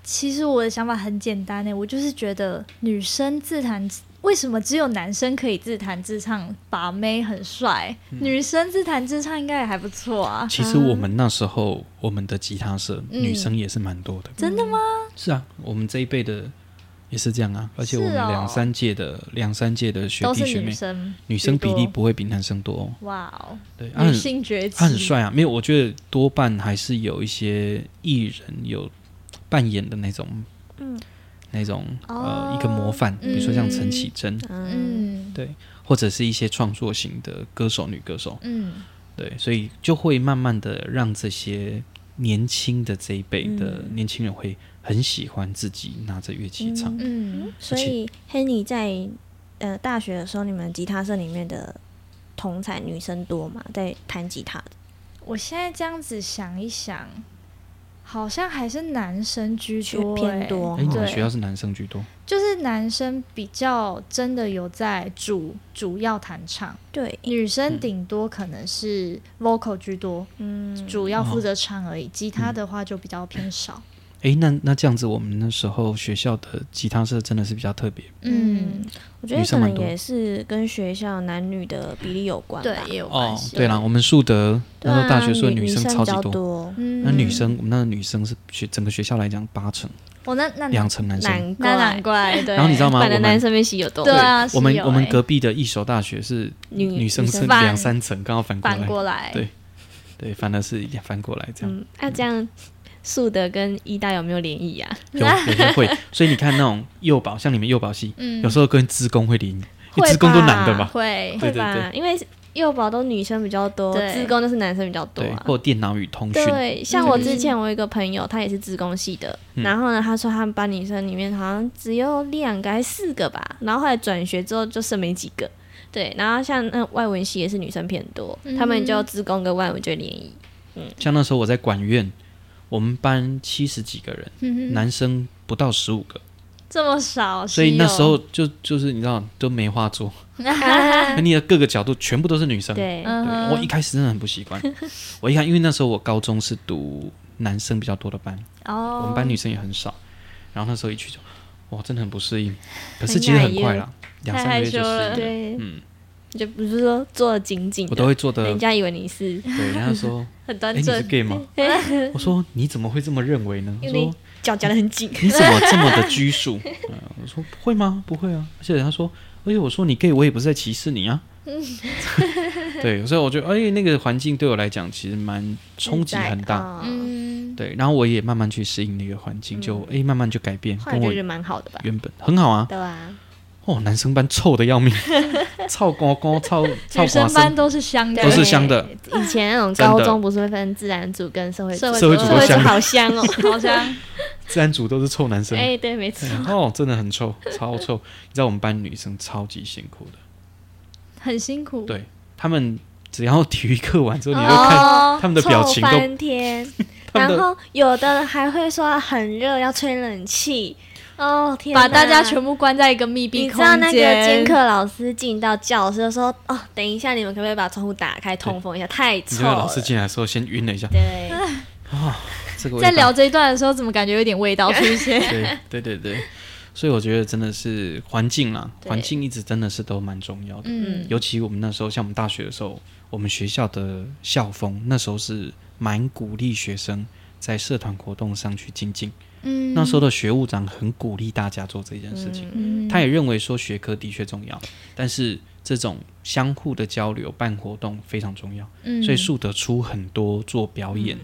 [SPEAKER 2] 其实我的想法很简单诶，欸我就是觉得女生自弹，为什么只有男生可以自弹自唱，把妹很帅，
[SPEAKER 1] 嗯
[SPEAKER 2] 女生自弹自唱应该也还不错啊。
[SPEAKER 1] 其实我们那时候，我们的吉他社、
[SPEAKER 2] 嗯
[SPEAKER 1] 女生也是蛮多的。
[SPEAKER 2] 真的吗？
[SPEAKER 1] 是啊，我们这一辈的也是这样啊，而且我们
[SPEAKER 2] 是哦
[SPEAKER 1] 两三届的、两三届的学
[SPEAKER 2] 都
[SPEAKER 1] 弟
[SPEAKER 2] 是
[SPEAKER 1] 学
[SPEAKER 2] 女
[SPEAKER 1] 妹，
[SPEAKER 2] 生，
[SPEAKER 1] 女生比
[SPEAKER 2] 居
[SPEAKER 1] 例
[SPEAKER 2] 多
[SPEAKER 1] 不会比男生多哦。
[SPEAKER 2] 哇哦，
[SPEAKER 1] 对，啊
[SPEAKER 2] 女
[SPEAKER 1] 很
[SPEAKER 2] 性崛起，
[SPEAKER 1] 他很，帅啊，没有，我觉得多半还是有一些艺人有扮演的那种，
[SPEAKER 3] 嗯
[SPEAKER 1] 那种呃、
[SPEAKER 2] 哦
[SPEAKER 1] 一个模范，比如说像陈绮贞，
[SPEAKER 2] 嗯
[SPEAKER 1] 或者是一些创作型的歌手、女歌手，
[SPEAKER 2] 嗯，
[SPEAKER 1] 对，所以就会慢慢的让这些年轻的这一辈的
[SPEAKER 3] 嗯
[SPEAKER 1] 年轻人会很喜欢自己拿着乐器唱。
[SPEAKER 2] 嗯，
[SPEAKER 3] 所以 Henny 在呃大学的时候，你们吉他社里面的同才女生多吗？在弹吉他的，
[SPEAKER 2] 我现在这样子想一想，好像还是男生居
[SPEAKER 3] 学
[SPEAKER 2] 多、欸，
[SPEAKER 3] 偏多
[SPEAKER 1] 哎、你们
[SPEAKER 2] 对
[SPEAKER 1] 学校是男生居多，
[SPEAKER 2] 就是男生比较真的有在主主要弹唱，
[SPEAKER 3] 对，
[SPEAKER 2] 女
[SPEAKER 1] 嗯
[SPEAKER 2] 生顶多可能是 vocal 居多，
[SPEAKER 3] 嗯，
[SPEAKER 2] 主要负责唱而已，吉他的话就比较偏少。
[SPEAKER 1] 哎、那那这样子，我们那时候学校的吉他社真的是比较特别，
[SPEAKER 2] 嗯，
[SPEAKER 3] 我觉得
[SPEAKER 1] 女
[SPEAKER 3] 可
[SPEAKER 1] 生蛮
[SPEAKER 3] 能
[SPEAKER 1] 多
[SPEAKER 3] 也是跟学校男女的比例有关
[SPEAKER 2] 对
[SPEAKER 3] 吧。，
[SPEAKER 2] 也有关
[SPEAKER 1] 哦
[SPEAKER 2] 系。，
[SPEAKER 1] 对啦，我们树德
[SPEAKER 3] 对
[SPEAKER 1] 那
[SPEAKER 3] 啊，
[SPEAKER 1] 时候大学说
[SPEAKER 3] 女
[SPEAKER 1] 生
[SPEAKER 3] 生
[SPEAKER 1] 超
[SPEAKER 3] 比
[SPEAKER 1] 级
[SPEAKER 3] 较
[SPEAKER 1] 多，
[SPEAKER 3] 多，
[SPEAKER 2] 嗯
[SPEAKER 1] 那女，生我们那个女生是学整个学校来讲八成，
[SPEAKER 2] 我哦那那
[SPEAKER 1] 两成男生。
[SPEAKER 3] 难
[SPEAKER 2] 那难
[SPEAKER 3] 怪。
[SPEAKER 2] 怪，对。
[SPEAKER 1] 然后你知道吗？我
[SPEAKER 3] 本来男
[SPEAKER 1] 们
[SPEAKER 3] 生面系有多，
[SPEAKER 2] 嗯对啊，
[SPEAKER 1] 我们
[SPEAKER 2] 是有
[SPEAKER 1] 我们
[SPEAKER 2] 欸
[SPEAKER 1] 隔壁的一所大学是
[SPEAKER 3] 女
[SPEAKER 1] 女生是
[SPEAKER 3] 生
[SPEAKER 2] 反
[SPEAKER 1] 两三成，刚好反过
[SPEAKER 2] 反
[SPEAKER 1] 来，
[SPEAKER 2] 过来，
[SPEAKER 1] 对对，反而是反过来这样。
[SPEAKER 3] 嗯，那这样素德跟医大有没有联 谊啊？
[SPEAKER 1] 有有些会，所以你看那种幼保，像你们幼保系，
[SPEAKER 2] 嗯，
[SPEAKER 1] 有时候跟职工会联谊，因
[SPEAKER 3] 会
[SPEAKER 1] 为职工都
[SPEAKER 3] 吧
[SPEAKER 1] 男的嘛，
[SPEAKER 2] 会，
[SPEAKER 1] 对
[SPEAKER 3] 会
[SPEAKER 1] 对
[SPEAKER 3] 吧？因为幼保都女生比较多，
[SPEAKER 2] 对
[SPEAKER 3] 职工都是男生比较多
[SPEAKER 1] 对，
[SPEAKER 3] 啊。
[SPEAKER 1] 或电脑与通讯，
[SPEAKER 3] 对，像我之
[SPEAKER 2] 嗯
[SPEAKER 3] 前我有一个朋友，他也是职工系的，
[SPEAKER 1] 嗯
[SPEAKER 3] 然后呢，他说他们班女生里面好像只有两个还是四个吧，然后后来转学之后就剩没几个。对，然后像那外文系也是女生偏多，
[SPEAKER 2] 嗯
[SPEAKER 3] 他们就职工跟外文就联谊，
[SPEAKER 1] 像那时候我在管院，我们班七十几个人，
[SPEAKER 2] 嗯哼
[SPEAKER 1] 男生不到十五个，
[SPEAKER 2] 这么少，
[SPEAKER 1] 所以
[SPEAKER 2] 稀
[SPEAKER 1] 那
[SPEAKER 2] 有
[SPEAKER 3] 哦
[SPEAKER 1] 时候就就是你知道都没话做，那你的各个角度全部都是女生。
[SPEAKER 3] 对，
[SPEAKER 1] 对
[SPEAKER 2] 嗯
[SPEAKER 1] 我一开始真的很不习惯，我一看，因为那时候我高中是读男生比较多的班，
[SPEAKER 2] 哦，
[SPEAKER 1] 我们班女生也很少，然后那时候一去就，哇，真的很不适应。可是
[SPEAKER 3] 很
[SPEAKER 1] 其实
[SPEAKER 3] 压
[SPEAKER 1] 很
[SPEAKER 3] 抑
[SPEAKER 1] 快啦，两
[SPEAKER 2] 太
[SPEAKER 1] 三个
[SPEAKER 2] 害
[SPEAKER 1] 月就
[SPEAKER 2] 羞
[SPEAKER 1] 适
[SPEAKER 2] 了
[SPEAKER 1] 应了。
[SPEAKER 3] 对，
[SPEAKER 1] 嗯，
[SPEAKER 3] 就不是说坐得紧紧
[SPEAKER 1] 我都
[SPEAKER 3] 的，
[SPEAKER 1] 会做的
[SPEAKER 3] 人家以为你是
[SPEAKER 1] 对，人家说，
[SPEAKER 2] 很
[SPEAKER 1] 哎、
[SPEAKER 2] 端
[SPEAKER 1] 你是
[SPEAKER 2] 正，
[SPEAKER 1] gay 吗？我说你怎么会这么认为呢？我
[SPEAKER 3] 因
[SPEAKER 1] 说
[SPEAKER 3] 为脚夹得很紧，
[SPEAKER 1] 你怎么这么的拘束？ 嗯我说不会吗？不会啊。而且人家说，而且我说你 gay，我也不是在歧视你啊。 对，所以我觉得，哎、那个环境对我来讲其实蛮冲击很大。
[SPEAKER 3] 哦
[SPEAKER 2] 嗯，
[SPEAKER 1] 对，然后我也慢慢去适应那个环境，就哎、慢慢就改变，
[SPEAKER 3] 嗯后来
[SPEAKER 1] 跟
[SPEAKER 3] 就
[SPEAKER 1] 我
[SPEAKER 3] 觉得蛮好的吧？
[SPEAKER 1] 原本很好啊。
[SPEAKER 3] 对啊，
[SPEAKER 1] 哦，男生班臭的要 命，臭光光，臭臭
[SPEAKER 2] 女
[SPEAKER 1] 瓜
[SPEAKER 2] 生
[SPEAKER 1] 生
[SPEAKER 2] 班，都是香的，
[SPEAKER 1] 啊都是香的。
[SPEAKER 3] 以前那种高中不是会分自然组跟社会组，
[SPEAKER 2] 社
[SPEAKER 1] 社会
[SPEAKER 2] 会
[SPEAKER 1] 组
[SPEAKER 3] 社
[SPEAKER 1] 都
[SPEAKER 3] 会
[SPEAKER 1] 香
[SPEAKER 3] 组好香哦。
[SPEAKER 2] 好香，
[SPEAKER 1] 自然组都是臭男生。
[SPEAKER 3] 哎，对，没错，
[SPEAKER 1] 哦，真的很臭，超臭。你知道我们班女生超级辛苦的，
[SPEAKER 2] 很辛苦。
[SPEAKER 1] 对她们只要体育课完之后，你就看、
[SPEAKER 3] 哦，
[SPEAKER 1] 他们的表情都
[SPEAKER 3] 臭翻天，
[SPEAKER 1] 他们
[SPEAKER 3] 然
[SPEAKER 1] 的
[SPEAKER 3] 后有的还会说很热，要吹冷气。哦天哪，
[SPEAKER 2] 把大家全部关在一个密闭
[SPEAKER 3] 你
[SPEAKER 2] 空
[SPEAKER 3] 知道
[SPEAKER 2] 间。
[SPEAKER 3] 那个监课老师进到教室就说：“哦，等一下，你们可不可以把窗户打开通风一下？太
[SPEAKER 1] 你
[SPEAKER 3] 臭
[SPEAKER 1] 知道老
[SPEAKER 3] 了。
[SPEAKER 1] 师”进来的时候先晕了一下，哦
[SPEAKER 3] 对，
[SPEAKER 1] 这个味
[SPEAKER 2] 在聊
[SPEAKER 1] 道。
[SPEAKER 2] 这一段的时候，怎么感觉有点味道出现？
[SPEAKER 1] 对对对对，所以我觉得真的是环境啦，
[SPEAKER 3] 对
[SPEAKER 1] 环境一直真的是都蛮重要的。
[SPEAKER 2] 嗯，
[SPEAKER 1] 尤其我们那时候，像我们大学的时候，我们学校的校风那时候是蛮鼓励学生在社团活动上去精进。
[SPEAKER 2] 嗯
[SPEAKER 1] 那时候的学务长很鼓励大家做这件事情，
[SPEAKER 2] 嗯
[SPEAKER 1] 他也认为说学科的确重要，但是这种相互的交流、办活动非常重要，
[SPEAKER 2] 嗯
[SPEAKER 1] 所以树德出很多做表演。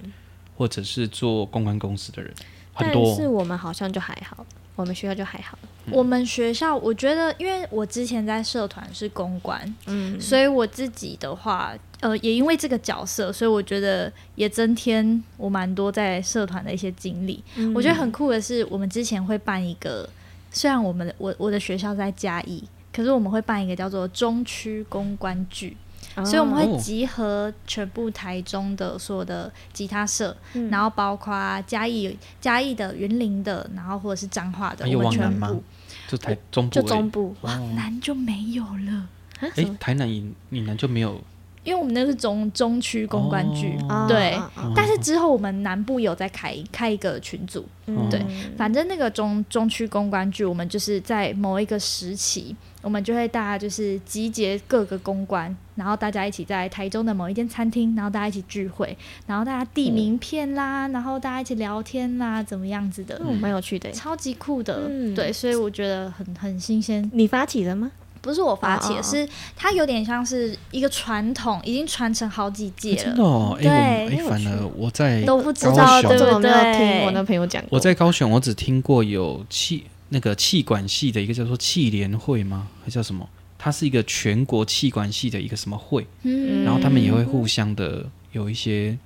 [SPEAKER 1] 或者是做公关公司的人，很
[SPEAKER 3] 但
[SPEAKER 1] 多
[SPEAKER 3] 是我们好像就还好，我们学校就还好。
[SPEAKER 2] 我们学校，我觉得，因为我之前在社团是公关，
[SPEAKER 3] 嗯，
[SPEAKER 2] 所以我自己的话，呃，也因为这个角色，所以我觉得也增添我蛮多在社团的一些经历。
[SPEAKER 3] 嗯
[SPEAKER 2] 我觉得很酷的是，我们之前会办一个，虽然我们的我我的学校在嘉义，可是我们会办一个叫做中区公关剧，
[SPEAKER 3] 哦
[SPEAKER 2] 所以我们
[SPEAKER 1] 哦
[SPEAKER 2] 会集合全部台中的所有的吉他社，
[SPEAKER 3] 嗯
[SPEAKER 2] 然后包括嘉义、嘉义的、云林的，然后或者是彰化的，
[SPEAKER 1] 那有
[SPEAKER 2] 我们
[SPEAKER 1] 往南
[SPEAKER 2] 全
[SPEAKER 1] 吗
[SPEAKER 2] 部
[SPEAKER 1] 就台中部
[SPEAKER 3] 就
[SPEAKER 1] 而已
[SPEAKER 3] 中部
[SPEAKER 1] 哦，
[SPEAKER 2] 南就没有了，
[SPEAKER 3] 啊
[SPEAKER 1] 哎
[SPEAKER 3] 什么，
[SPEAKER 1] 台南以以南就没有
[SPEAKER 2] 因为我们那是中中区公关剧。
[SPEAKER 1] 哦
[SPEAKER 3] 哦
[SPEAKER 2] 对
[SPEAKER 3] 哦哦
[SPEAKER 2] 但是之后我们南部有再开开一个群组，
[SPEAKER 3] 嗯
[SPEAKER 1] 对
[SPEAKER 2] 反正那个中中区公关剧，我们就是在某一个时期，我们就会大家就是集结各个公关，然后大家一起在台中的某一间餐厅，然后大家一起聚会，然后大家递名片啦，然后大家一起聊天啦，怎么样子的，
[SPEAKER 3] 嗯蛮有趣的耶。
[SPEAKER 2] 超级酷的，
[SPEAKER 3] 嗯
[SPEAKER 2] 对，所以我觉得很很新鲜。
[SPEAKER 3] 你发起了吗？
[SPEAKER 2] 不是我发起
[SPEAKER 1] 嗯
[SPEAKER 2] 的，
[SPEAKER 3] 哦哦哦
[SPEAKER 2] 是它有点像是一个传统，已经传承好几届
[SPEAKER 1] 真的
[SPEAKER 2] 了，
[SPEAKER 1] 哦，哎、
[SPEAKER 2] 对
[SPEAKER 1] 我们
[SPEAKER 2] 没
[SPEAKER 1] 哎、
[SPEAKER 2] 有
[SPEAKER 1] 反而我在
[SPEAKER 2] 都不知
[SPEAKER 1] 高
[SPEAKER 2] 道
[SPEAKER 1] 雄
[SPEAKER 2] 对
[SPEAKER 3] 这个
[SPEAKER 2] 不
[SPEAKER 3] 我没有听我
[SPEAKER 2] 对
[SPEAKER 3] 那？朋友讲过。
[SPEAKER 1] 我在高雄，我只听过有气那个气管系的一个叫做气联会吗？还叫什么？它是一个全国气管系的一个什么会，
[SPEAKER 2] 嗯
[SPEAKER 1] 然后他们也会互相的有一些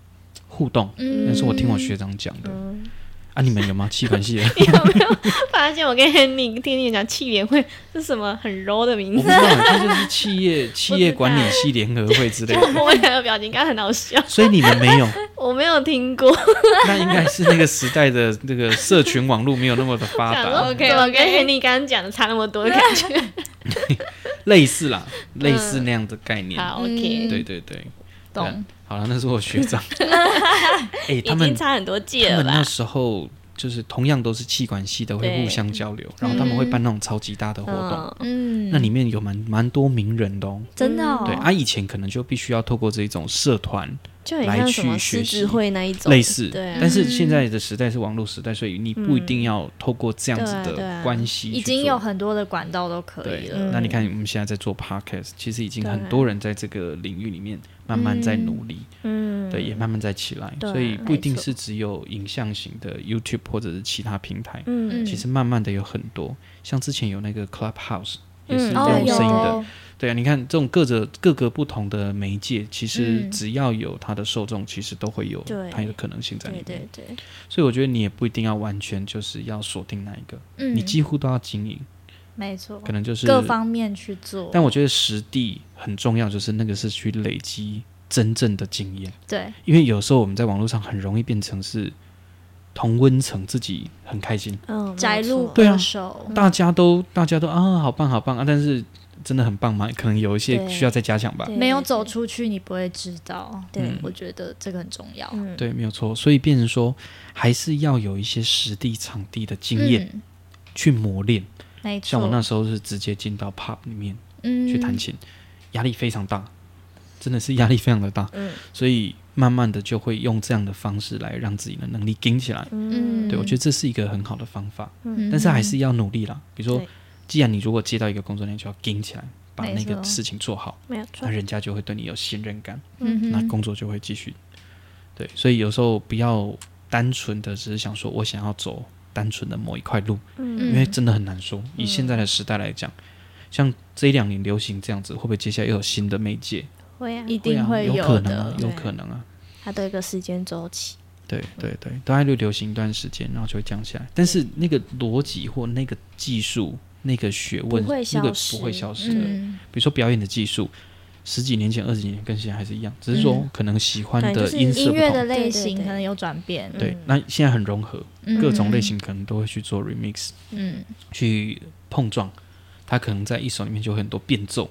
[SPEAKER 1] 互动。
[SPEAKER 2] 嗯
[SPEAKER 1] 那是我听我学长讲的、
[SPEAKER 3] 嗯
[SPEAKER 1] 啊，你们有吗？气管系的，
[SPEAKER 3] 发现我跟 Henry 听你讲气联会是什么很 low 的名
[SPEAKER 1] 我不
[SPEAKER 3] 字
[SPEAKER 1] 知，道，它就是企业企业管理系联合会之类 的，
[SPEAKER 3] 我们两个表情刚很好笑，
[SPEAKER 1] 所以你们没有，
[SPEAKER 3] 我没有听过。
[SPEAKER 1] 那应该是那个时代的那个社群网络没有那么的发
[SPEAKER 3] 想
[SPEAKER 1] 达
[SPEAKER 3] 说，怎么跟 Henry 刚刚讲的差那么多的感 觉？
[SPEAKER 1] 类似啦，类似那样的概念。
[SPEAKER 3] 嗯好
[SPEAKER 2] 嗯
[SPEAKER 3] ，OK，
[SPEAKER 1] 对对对，
[SPEAKER 2] 懂。
[SPEAKER 1] 好了，那是我学 长。哎、
[SPEAKER 3] 已
[SPEAKER 1] 他们
[SPEAKER 3] 经差很多届
[SPEAKER 1] 他
[SPEAKER 3] 了
[SPEAKER 1] 们那
[SPEAKER 3] 吧？
[SPEAKER 1] 时候就是同样都是气管系的，会
[SPEAKER 3] 对
[SPEAKER 1] 互相交流，然后他们会办那种超级大的活动，
[SPEAKER 3] 嗯，
[SPEAKER 2] 嗯，
[SPEAKER 1] 那里面有蛮蛮多名人的哦。
[SPEAKER 2] 真的哦，
[SPEAKER 1] 对，啊，以前可能就必须要透过这一种社团
[SPEAKER 3] 就很像什么狮子会那一种
[SPEAKER 1] 类似，
[SPEAKER 3] 对啊，嗯
[SPEAKER 1] 但是现在的时代是网络时代，所以你不一定要透过这样子
[SPEAKER 3] 嗯对啊对
[SPEAKER 1] 的
[SPEAKER 3] 啊
[SPEAKER 1] 关系去
[SPEAKER 2] 已经
[SPEAKER 1] 做
[SPEAKER 2] 有很多的管道都可
[SPEAKER 1] 对
[SPEAKER 2] 以了。，
[SPEAKER 1] 那你
[SPEAKER 3] 嗯
[SPEAKER 1] 看我们现在在做 podcast，其实已经
[SPEAKER 3] 对
[SPEAKER 1] 很多人在这个领域里面慢慢在努力，
[SPEAKER 3] 嗯，
[SPEAKER 1] 对，也慢慢在起来，
[SPEAKER 3] 对啊
[SPEAKER 1] 所以不一定
[SPEAKER 3] 没错
[SPEAKER 1] 是只有影像型的 YouTube 或者是其他平台，
[SPEAKER 3] 嗯，
[SPEAKER 1] 其实慢慢的有很多，像之前有那个 Clubhouse 也是
[SPEAKER 3] 嗯
[SPEAKER 2] 哦，
[SPEAKER 1] 用
[SPEAKER 2] 有
[SPEAKER 1] 声音的，
[SPEAKER 2] 哦
[SPEAKER 1] 对啊，你看这种各着各个不同的媒介，其实
[SPEAKER 2] 嗯
[SPEAKER 1] 只要有它的受众，其实都会有
[SPEAKER 3] 对
[SPEAKER 1] 它的可能性在里
[SPEAKER 3] 对
[SPEAKER 1] 面，
[SPEAKER 3] 对对，
[SPEAKER 1] 所以我觉得你也不一定要完全就是要锁定哪一个，
[SPEAKER 2] 嗯，
[SPEAKER 1] 你几乎都要经营，
[SPEAKER 2] 没错，
[SPEAKER 1] 可能就是
[SPEAKER 2] 各方面去做，
[SPEAKER 1] 但我觉得实地很重要，就是那个是去累积真正的经验，
[SPEAKER 2] 对，
[SPEAKER 1] 因为有时候我们在网络上很容易变成是同温层，自己很开心，
[SPEAKER 3] 嗯，
[SPEAKER 2] 摘录
[SPEAKER 1] 对啊
[SPEAKER 2] 歌手，
[SPEAKER 1] 大家都大家都啊好棒好棒啊，但是真的很棒吗？可能有一些
[SPEAKER 3] 对
[SPEAKER 1] 需要再加强吧。
[SPEAKER 3] 对
[SPEAKER 2] 没有走出去，你不会知道。
[SPEAKER 3] 对
[SPEAKER 1] 嗯
[SPEAKER 2] 我觉得这个很重要。
[SPEAKER 3] 嗯，
[SPEAKER 1] 对，没有错，所以变成说还是要有一些实地场地的经验、
[SPEAKER 2] 嗯，
[SPEAKER 1] 去磨练。
[SPEAKER 2] 没错。
[SPEAKER 1] 像我那时候是直接进到 pub 里面
[SPEAKER 2] 嗯
[SPEAKER 1] 去弹琴，压力非常大，真的是压力非常的大。
[SPEAKER 3] 嗯
[SPEAKER 1] 所以慢慢的就会用这样的方式来让自己的能力顶起来。
[SPEAKER 2] 嗯
[SPEAKER 1] 对我觉得这是一个很好的方法，
[SPEAKER 2] 嗯
[SPEAKER 1] 但是还是要努力啦。比如说
[SPEAKER 3] 对，
[SPEAKER 1] 既然你如果接到一个工作，你就要顶起来，把
[SPEAKER 2] 没
[SPEAKER 1] 那个
[SPEAKER 2] 错
[SPEAKER 1] 事情做好，
[SPEAKER 3] 没有
[SPEAKER 1] 那
[SPEAKER 3] 错，
[SPEAKER 1] 人家就会对你有信任感，
[SPEAKER 2] 嗯哼
[SPEAKER 1] 那工作就会继续。对，所以有时候不要单纯的只是想说我想要走单纯的某一块路，
[SPEAKER 3] 嗯
[SPEAKER 1] 因为真的很难说。
[SPEAKER 2] 嗯
[SPEAKER 1] 以现在的时代来讲，像这一两年流行这样子，会不会接下来又有新的媒介？
[SPEAKER 3] 会啊，
[SPEAKER 2] 一定
[SPEAKER 1] 啊，
[SPEAKER 2] 会
[SPEAKER 1] 有可能啊
[SPEAKER 2] 的，。
[SPEAKER 1] 有
[SPEAKER 3] 对
[SPEAKER 1] 可能啊。
[SPEAKER 3] 它都有一个时间周期，
[SPEAKER 1] 对对对，大概就流行一段时间，然后就会降下来。但是那个逻辑或那个技术、那个学问，
[SPEAKER 3] 不会
[SPEAKER 1] 那个
[SPEAKER 3] 消失
[SPEAKER 1] 不会消失的。
[SPEAKER 2] 嗯，
[SPEAKER 1] 比如说表演的技术，十几年前、二十年前跟现在还是一样，只是说
[SPEAKER 2] 嗯
[SPEAKER 1] 可能喜欢
[SPEAKER 3] 可能
[SPEAKER 1] 的
[SPEAKER 3] 就是
[SPEAKER 1] 音色
[SPEAKER 2] 音
[SPEAKER 1] 不
[SPEAKER 2] 乐
[SPEAKER 1] 同。
[SPEAKER 2] 的类型
[SPEAKER 3] 对对对
[SPEAKER 2] 可能有转变，
[SPEAKER 1] 对，那现在很融合，
[SPEAKER 2] 嗯
[SPEAKER 1] 各种类，型可能都会去做 remix，
[SPEAKER 2] 嗯
[SPEAKER 1] 去碰撞。它可能在一首里面就有很多变奏、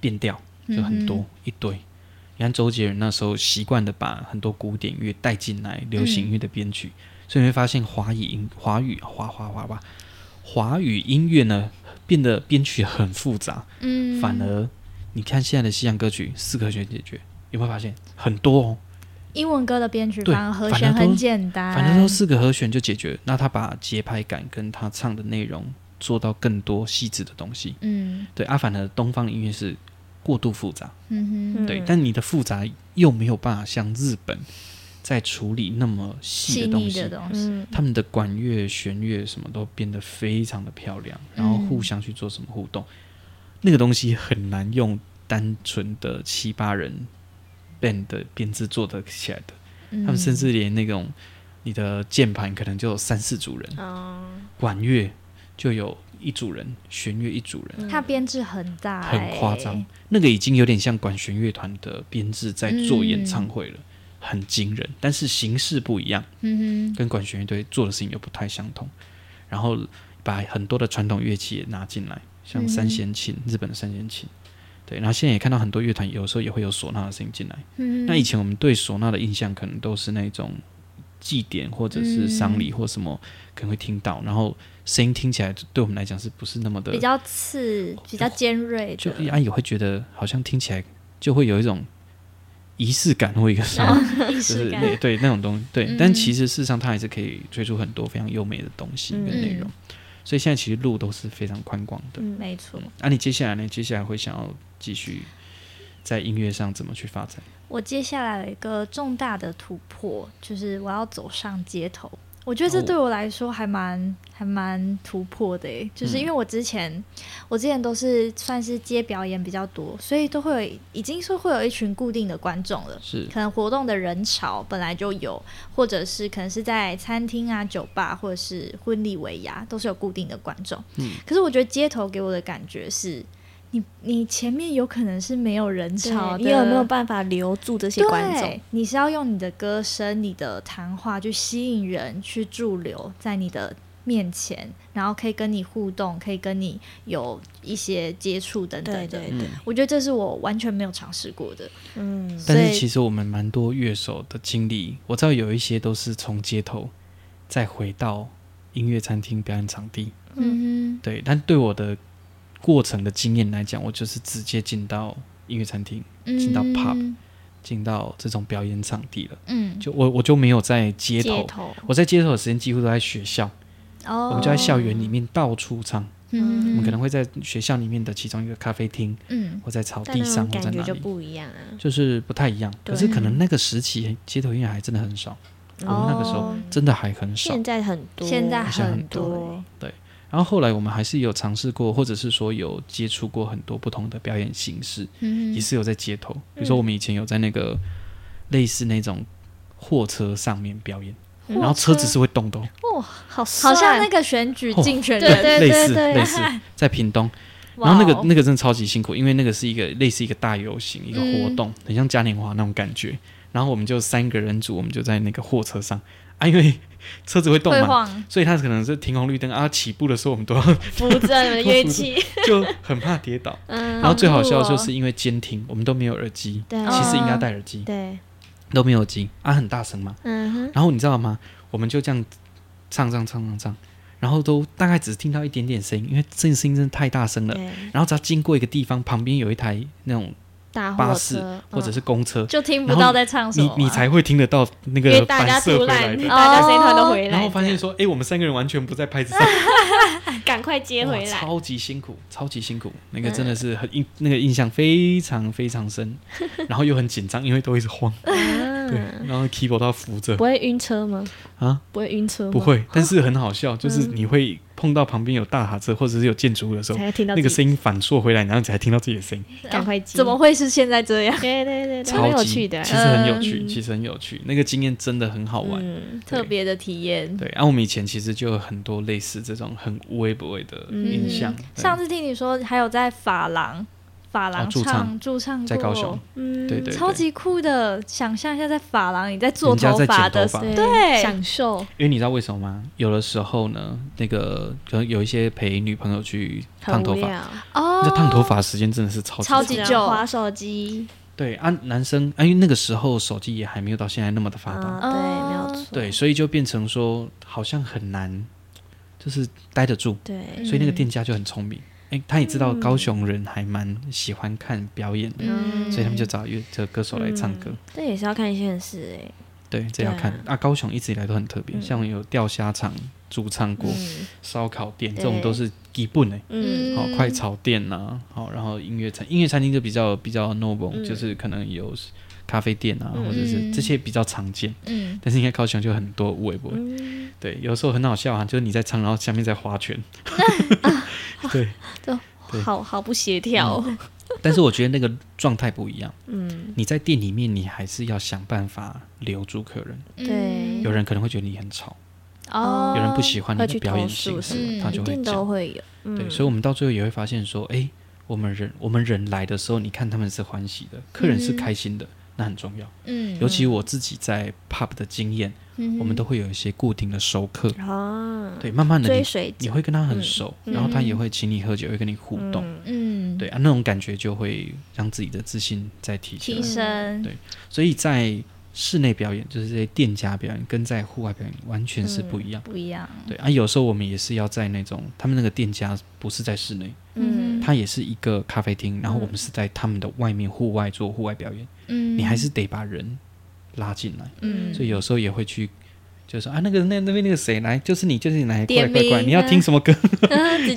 [SPEAKER 1] 变调，
[SPEAKER 2] 嗯
[SPEAKER 1] 就很多、一堆。你看周杰伦那时候习惯的把很多古典乐带进来流
[SPEAKER 2] 嗯
[SPEAKER 1] 行音乐的编曲，所以你会发现华语音、华语、华华华吧，华语音乐呢变得编曲很复杂，
[SPEAKER 2] 嗯，
[SPEAKER 1] 反而你看现在的西洋歌曲四和弦解决，有没有发现很多哦？
[SPEAKER 2] 英文歌的编曲
[SPEAKER 1] 对
[SPEAKER 2] 反而和
[SPEAKER 1] 反
[SPEAKER 2] 弦
[SPEAKER 1] 而都
[SPEAKER 2] 很简单，
[SPEAKER 1] 反正都四个和弦就解决了，那他把节拍感跟他唱的内容做到更多细致的东西。
[SPEAKER 2] 嗯
[SPEAKER 1] 对，阿凡的东方音乐是过度复杂，
[SPEAKER 2] 嗯哼
[SPEAKER 3] 嗯
[SPEAKER 1] 对，但你的复杂又没有办法像日本在处理那么细
[SPEAKER 2] 细
[SPEAKER 1] 的东
[SPEAKER 2] 腻
[SPEAKER 1] 西
[SPEAKER 2] 的，东西，
[SPEAKER 3] 嗯，
[SPEAKER 1] 他们的管乐、弦乐什么都变得非常的漂亮，
[SPEAKER 2] 嗯
[SPEAKER 1] 然后互相去做什么互动，那个东西很难用单纯的七八人 band 的编制做得起来的。
[SPEAKER 2] 嗯
[SPEAKER 1] 他们甚至连那种你的键盘可能就有三四组人，
[SPEAKER 3] 哦，
[SPEAKER 1] 管乐就有一组人，弦乐一组人，
[SPEAKER 3] 嗯
[SPEAKER 2] 它编制很大、
[SPEAKER 1] 很夸张
[SPEAKER 2] 欸。
[SPEAKER 1] 那个已经有点像管弦乐团的编制在做演唱会了，很惊人。但是形式不一样，
[SPEAKER 2] 嗯
[SPEAKER 1] 跟管弦乐队做的事情又不太相同。然后把很多的传统乐器也拿进来，像
[SPEAKER 2] 嗯
[SPEAKER 1] 三弦琴，日本的三弦琴。对，然后现在也看到很多乐团有时候也会有唢呐的声音进来。
[SPEAKER 2] 哼，嗯
[SPEAKER 1] 那以前我们对唢呐的印象可能都是那种祭典或者
[SPEAKER 2] 嗯
[SPEAKER 1] 是丧礼或什么可能会听到，然后声音听起来对我们来讲是不是那么的
[SPEAKER 2] 比较刺、比较尖锐
[SPEAKER 1] 就
[SPEAKER 2] 的，
[SPEAKER 1] 啊也会觉得好像听起来就会有一种仪式感或一个什么，
[SPEAKER 2] 意
[SPEAKER 1] 就
[SPEAKER 2] 识
[SPEAKER 1] 是
[SPEAKER 2] 哦感。
[SPEAKER 1] 那对那种东西对，
[SPEAKER 2] 嗯
[SPEAKER 1] 但其实事实上它还是可以吹出很多非常优美的东西跟内容，
[SPEAKER 2] 嗯
[SPEAKER 1] 所以现在其实路都是非常宽广的。
[SPEAKER 2] 没错，
[SPEAKER 1] 啊，你接下来呢？接下来会想要继续在音乐上怎么去发展？
[SPEAKER 2] 我接下来有一个重大的突破，就是我要走上街头。我觉得这
[SPEAKER 1] 哦
[SPEAKER 2] 对我来说还蛮、还蛮突破的诶，就是因
[SPEAKER 1] 嗯
[SPEAKER 2] 为我之前、我之前都是算是接表演比较多，所以都会有已经是会有一群固定的观众了。
[SPEAKER 1] 是
[SPEAKER 2] 可能活动的人潮本来就有，或者是可能是在餐厅啊、酒吧或者是婚礼尾牙，都是有固定的观众。
[SPEAKER 1] 嗯，
[SPEAKER 2] 可是我觉得街头给我的感觉是，你你前面有可能是没有人潮的，
[SPEAKER 3] 你有没有办法留住这些观众
[SPEAKER 2] 对？，你是要用你的歌声、你的谈话去吸引人，去驻留在你的面前，然后可以跟你互动，可以跟你有一些接触等等的。
[SPEAKER 3] 对对
[SPEAKER 1] 嗯
[SPEAKER 3] 对，
[SPEAKER 2] 我觉得这是我完全没有尝试过的。
[SPEAKER 3] 嗯，
[SPEAKER 1] 但
[SPEAKER 2] 所
[SPEAKER 1] 是
[SPEAKER 2] 以
[SPEAKER 1] 其实我们蛮多乐手的经历，我知道有一些都是从街头再回到音乐餐厅表演场地。
[SPEAKER 2] 嗯
[SPEAKER 1] 对，但对我的过程的经验来讲，我就是直接进到音乐餐厅，
[SPEAKER 2] 哼，
[SPEAKER 1] 进到 pub
[SPEAKER 2] 嗯
[SPEAKER 1] 进到这种表演场地了。
[SPEAKER 2] 嗯，
[SPEAKER 1] 就我我就没有在街头，
[SPEAKER 3] 街头，
[SPEAKER 1] 我在街头的时间几乎都在学校，
[SPEAKER 2] 哦，
[SPEAKER 1] 我们就在校园里面到处唱。
[SPEAKER 2] 嗯，
[SPEAKER 1] 我
[SPEAKER 2] 我
[SPEAKER 1] 们可能会在学校里面的其中一个咖啡厅，
[SPEAKER 2] 嗯
[SPEAKER 1] 或在草
[SPEAKER 3] 但
[SPEAKER 1] 地
[SPEAKER 3] 那
[SPEAKER 1] 上，
[SPEAKER 3] 种
[SPEAKER 1] 或在
[SPEAKER 3] 感觉
[SPEAKER 1] 哪
[SPEAKER 3] 就
[SPEAKER 1] 里。
[SPEAKER 3] 不一样啊。
[SPEAKER 1] 就是不太一样，可
[SPEAKER 3] 对
[SPEAKER 1] 是可能那个时期街头音乐还真的很少，我们那个时候
[SPEAKER 2] 哦
[SPEAKER 1] 真的还很少。
[SPEAKER 3] 现在很多，
[SPEAKER 2] 现在
[SPEAKER 1] 像很
[SPEAKER 2] 很多，
[SPEAKER 1] 然后后来我们还是有尝试过，或者是说有接触过很多不同的表演形式，
[SPEAKER 2] 嗯
[SPEAKER 1] 也是有在街头。比如
[SPEAKER 3] 嗯
[SPEAKER 1] 说我们以前有在那个类似那种货车上面表演，然后车子是会动的哦，
[SPEAKER 2] 哇，
[SPEAKER 3] 好
[SPEAKER 2] 好像那
[SPEAKER 3] 个
[SPEAKER 2] 个选举
[SPEAKER 1] 哦
[SPEAKER 2] 竞选
[SPEAKER 3] 对
[SPEAKER 2] 人，
[SPEAKER 3] 对
[SPEAKER 1] 类似
[SPEAKER 3] 对对哦
[SPEAKER 1] 类似在屏 东。然后那个那个真的超级辛苦，因为那个是一个类似一个大游行，一个
[SPEAKER 3] 嗯
[SPEAKER 1] 活动，很像嘉年华那种感觉。然后我们就三个人组，我们就在那个货车上啊，因为 车子会动
[SPEAKER 2] 会
[SPEAKER 1] 嘛，
[SPEAKER 2] 晃，
[SPEAKER 1] 所以它可能是停红绿灯啊，起步的时候我们都要
[SPEAKER 3] 扶着你的乐器，
[SPEAKER 1] 就很怕跌 倒。
[SPEAKER 3] 嗯
[SPEAKER 1] 然后最好笑的
[SPEAKER 2] 好酷
[SPEAKER 1] 就
[SPEAKER 2] 哦
[SPEAKER 1] 是因为监听，我们都没有耳机，
[SPEAKER 3] 对
[SPEAKER 1] 其实应
[SPEAKER 3] 哦
[SPEAKER 1] 该戴耳机，
[SPEAKER 3] 对，
[SPEAKER 1] 都没有耳机啊，很大声嘛。
[SPEAKER 3] 嗯哼，
[SPEAKER 1] 然后你知道吗？我们就这样唱唱唱唱唱，然后都大概只听到一点点声音，因为这个声音真的太大声了。
[SPEAKER 3] 对，
[SPEAKER 1] 然后只要经过一个地方，旁边有一台那种
[SPEAKER 3] 大
[SPEAKER 1] 巴
[SPEAKER 3] 货
[SPEAKER 1] 士
[SPEAKER 3] 车
[SPEAKER 1] 或者是公车，
[SPEAKER 2] 就听不
[SPEAKER 1] 然后
[SPEAKER 2] 到在唱什
[SPEAKER 1] 你
[SPEAKER 2] 么啊，
[SPEAKER 1] 你才会听得到那
[SPEAKER 3] 因
[SPEAKER 1] 个
[SPEAKER 3] 为啊哎大
[SPEAKER 1] 反
[SPEAKER 3] 家
[SPEAKER 1] 射
[SPEAKER 3] 突
[SPEAKER 1] 回来
[SPEAKER 3] 然，
[SPEAKER 1] 的。
[SPEAKER 3] 大家声音突然都回来，
[SPEAKER 1] 然后发现说，哎，我们三个人完全不在拍子上，
[SPEAKER 3] 这样赶快 接
[SPEAKER 1] 哇
[SPEAKER 3] 回，来，
[SPEAKER 1] 超级辛苦，超级辛苦，那个真的是很印，那个印象非常非常 深，然后又很紧张，因为都一直晃， 对，
[SPEAKER 3] 嗯，
[SPEAKER 1] 然后 keyboard 都要扶着
[SPEAKER 3] 不会晕车吗？
[SPEAKER 1] 啊，
[SPEAKER 3] 不会晕嗯车吗？
[SPEAKER 1] 不会，但是很好笑，就是你会碰到旁边有大卡车或者是有建筑物的时候，
[SPEAKER 3] 才听到
[SPEAKER 1] 那个
[SPEAKER 3] 自己
[SPEAKER 1] 声音反射回来，然后你才听到自己的声音。
[SPEAKER 3] 赶快接，
[SPEAKER 2] 怎么会是现在这样？
[SPEAKER 3] 对对对，对
[SPEAKER 1] 超
[SPEAKER 3] 蛮有
[SPEAKER 1] 级
[SPEAKER 3] 趣的，
[SPEAKER 1] 其实很有趣，
[SPEAKER 2] 嗯
[SPEAKER 1] 其实很有趣，那个经验真的很好玩。
[SPEAKER 3] 嗯，
[SPEAKER 1] 对
[SPEAKER 2] 特别的体验。
[SPEAKER 1] 对，啊然、后我们以前其实就有很多类似这种很无微不微的
[SPEAKER 3] 嗯
[SPEAKER 1] 印象，对
[SPEAKER 2] 嗯上次听你说还有在法郎，法郎
[SPEAKER 1] 哦驻唱
[SPEAKER 2] 唱驻唱
[SPEAKER 1] 在
[SPEAKER 2] 过，
[SPEAKER 1] 高雄，
[SPEAKER 3] 嗯
[SPEAKER 1] 对对
[SPEAKER 2] 超级酷的。想象一下在法郎你在做
[SPEAKER 1] 人家
[SPEAKER 2] 头
[SPEAKER 1] 在
[SPEAKER 2] 发
[SPEAKER 1] 剪头
[SPEAKER 2] 的，
[SPEAKER 1] 发，
[SPEAKER 2] 对
[SPEAKER 3] 享受
[SPEAKER 1] 因为你知道为什么吗？有的时候呢，那个可能有一些陪女朋友去烫
[SPEAKER 3] 很
[SPEAKER 1] 头
[SPEAKER 3] 无
[SPEAKER 1] 发，
[SPEAKER 3] 聊，
[SPEAKER 2] 哦，
[SPEAKER 1] 那烫头发时间真的是超级
[SPEAKER 2] 超级
[SPEAKER 1] 长
[SPEAKER 2] 久
[SPEAKER 3] 划手机，
[SPEAKER 1] 对啊，男生啊，因为那个时候手机也还没有到现在那么的发达，
[SPEAKER 3] 嗯，对，没有错，
[SPEAKER 1] 对，所以就变成说好像很难，就是待得住，
[SPEAKER 3] 对，
[SPEAKER 1] 所以那个店家就很聪明。哎，他也知道高雄人还蛮喜欢看表演的，
[SPEAKER 2] 嗯
[SPEAKER 1] 所以他们就找乐这歌手来唱歌。
[SPEAKER 3] 这也是要看现实哎，
[SPEAKER 1] 对，这要看啊高雄一直以来都很特别，像有钓虾场、驻唱锅、烧、烤店这种
[SPEAKER 3] 嗯对
[SPEAKER 1] 都是基本的，
[SPEAKER 3] 嗯，
[SPEAKER 1] 好、哦快啊哦炒店呐、好，然后音乐餐音乐餐厅就比较比较 noble，、
[SPEAKER 3] 嗯
[SPEAKER 1] 就是可能有咖啡店啊，
[SPEAKER 3] 嗯
[SPEAKER 1] 或者是
[SPEAKER 2] 嗯
[SPEAKER 1] 这些比较常见。
[SPEAKER 2] 嗯，
[SPEAKER 1] 但是应该高雄就很多无微博，
[SPEAKER 3] 嗯，
[SPEAKER 1] 对，有时候很好笑啊，就是你在唱，然后下面在划拳，对。对
[SPEAKER 3] 好好不协调
[SPEAKER 1] 嗯
[SPEAKER 3] 哦，
[SPEAKER 1] 但是我觉得那个状态不一样，
[SPEAKER 3] 嗯，
[SPEAKER 1] 你在店里面，你还是要想办法留住客人。
[SPEAKER 3] 嗯对
[SPEAKER 1] 有人可能会觉得你很吵，
[SPEAKER 2] 嗯哦，
[SPEAKER 1] 有人不喜欢你
[SPEAKER 3] 会
[SPEAKER 1] 的
[SPEAKER 3] 去
[SPEAKER 1] 表
[SPEAKER 3] 投
[SPEAKER 1] 演
[SPEAKER 3] 诉
[SPEAKER 1] 形
[SPEAKER 3] 是
[SPEAKER 1] 式，
[SPEAKER 2] 吗
[SPEAKER 1] 他
[SPEAKER 2] 嗯
[SPEAKER 1] 就
[SPEAKER 3] 一
[SPEAKER 1] 会
[SPEAKER 3] 定
[SPEAKER 1] 讲
[SPEAKER 3] 都。会有，嗯
[SPEAKER 1] 对，所以我们到最后也会发现说，诶，我们人我们人来的时候，你看他们是欢喜的，客人是
[SPEAKER 2] 嗯
[SPEAKER 1] 开心的，那很重要。
[SPEAKER 2] 嗯，
[SPEAKER 1] 尤其我自己在 pub 的经验，
[SPEAKER 2] 嗯
[SPEAKER 1] 我们都会有一些固定的熟客，
[SPEAKER 3] 啊，
[SPEAKER 1] 对，慢慢的
[SPEAKER 3] 追
[SPEAKER 1] 你
[SPEAKER 3] 随
[SPEAKER 1] 你
[SPEAKER 3] 者，
[SPEAKER 1] 会跟他很熟，
[SPEAKER 3] 嗯
[SPEAKER 1] 然后他也会请你喝酒，会跟你互动，
[SPEAKER 3] 嗯
[SPEAKER 2] 嗯
[SPEAKER 1] 对啊，那种感觉就会让自己的自信再提
[SPEAKER 2] 提
[SPEAKER 1] 升。啊
[SPEAKER 2] 升，
[SPEAKER 1] 对所以在室内表演，就是这些店家表演，跟在户外表演完全是不一样。
[SPEAKER 2] 不一样，
[SPEAKER 1] 对啊，有时候我们也是要在那种他们那个店家不是在室内，
[SPEAKER 2] 嗯
[SPEAKER 1] 它也是一个咖啡厅，然后
[SPEAKER 3] 嗯
[SPEAKER 1] 我们是在他们的外面户外做户外表演，
[SPEAKER 2] 嗯，
[SPEAKER 1] 你还是得把人拉进来，
[SPEAKER 2] 嗯，
[SPEAKER 1] 所以有时候也会去。就说啊，那个那那边那个谁来，就是你，就是你来，
[SPEAKER 3] 点
[SPEAKER 1] 快快快！
[SPEAKER 3] 名
[SPEAKER 1] 你要听什么歌，
[SPEAKER 3] 直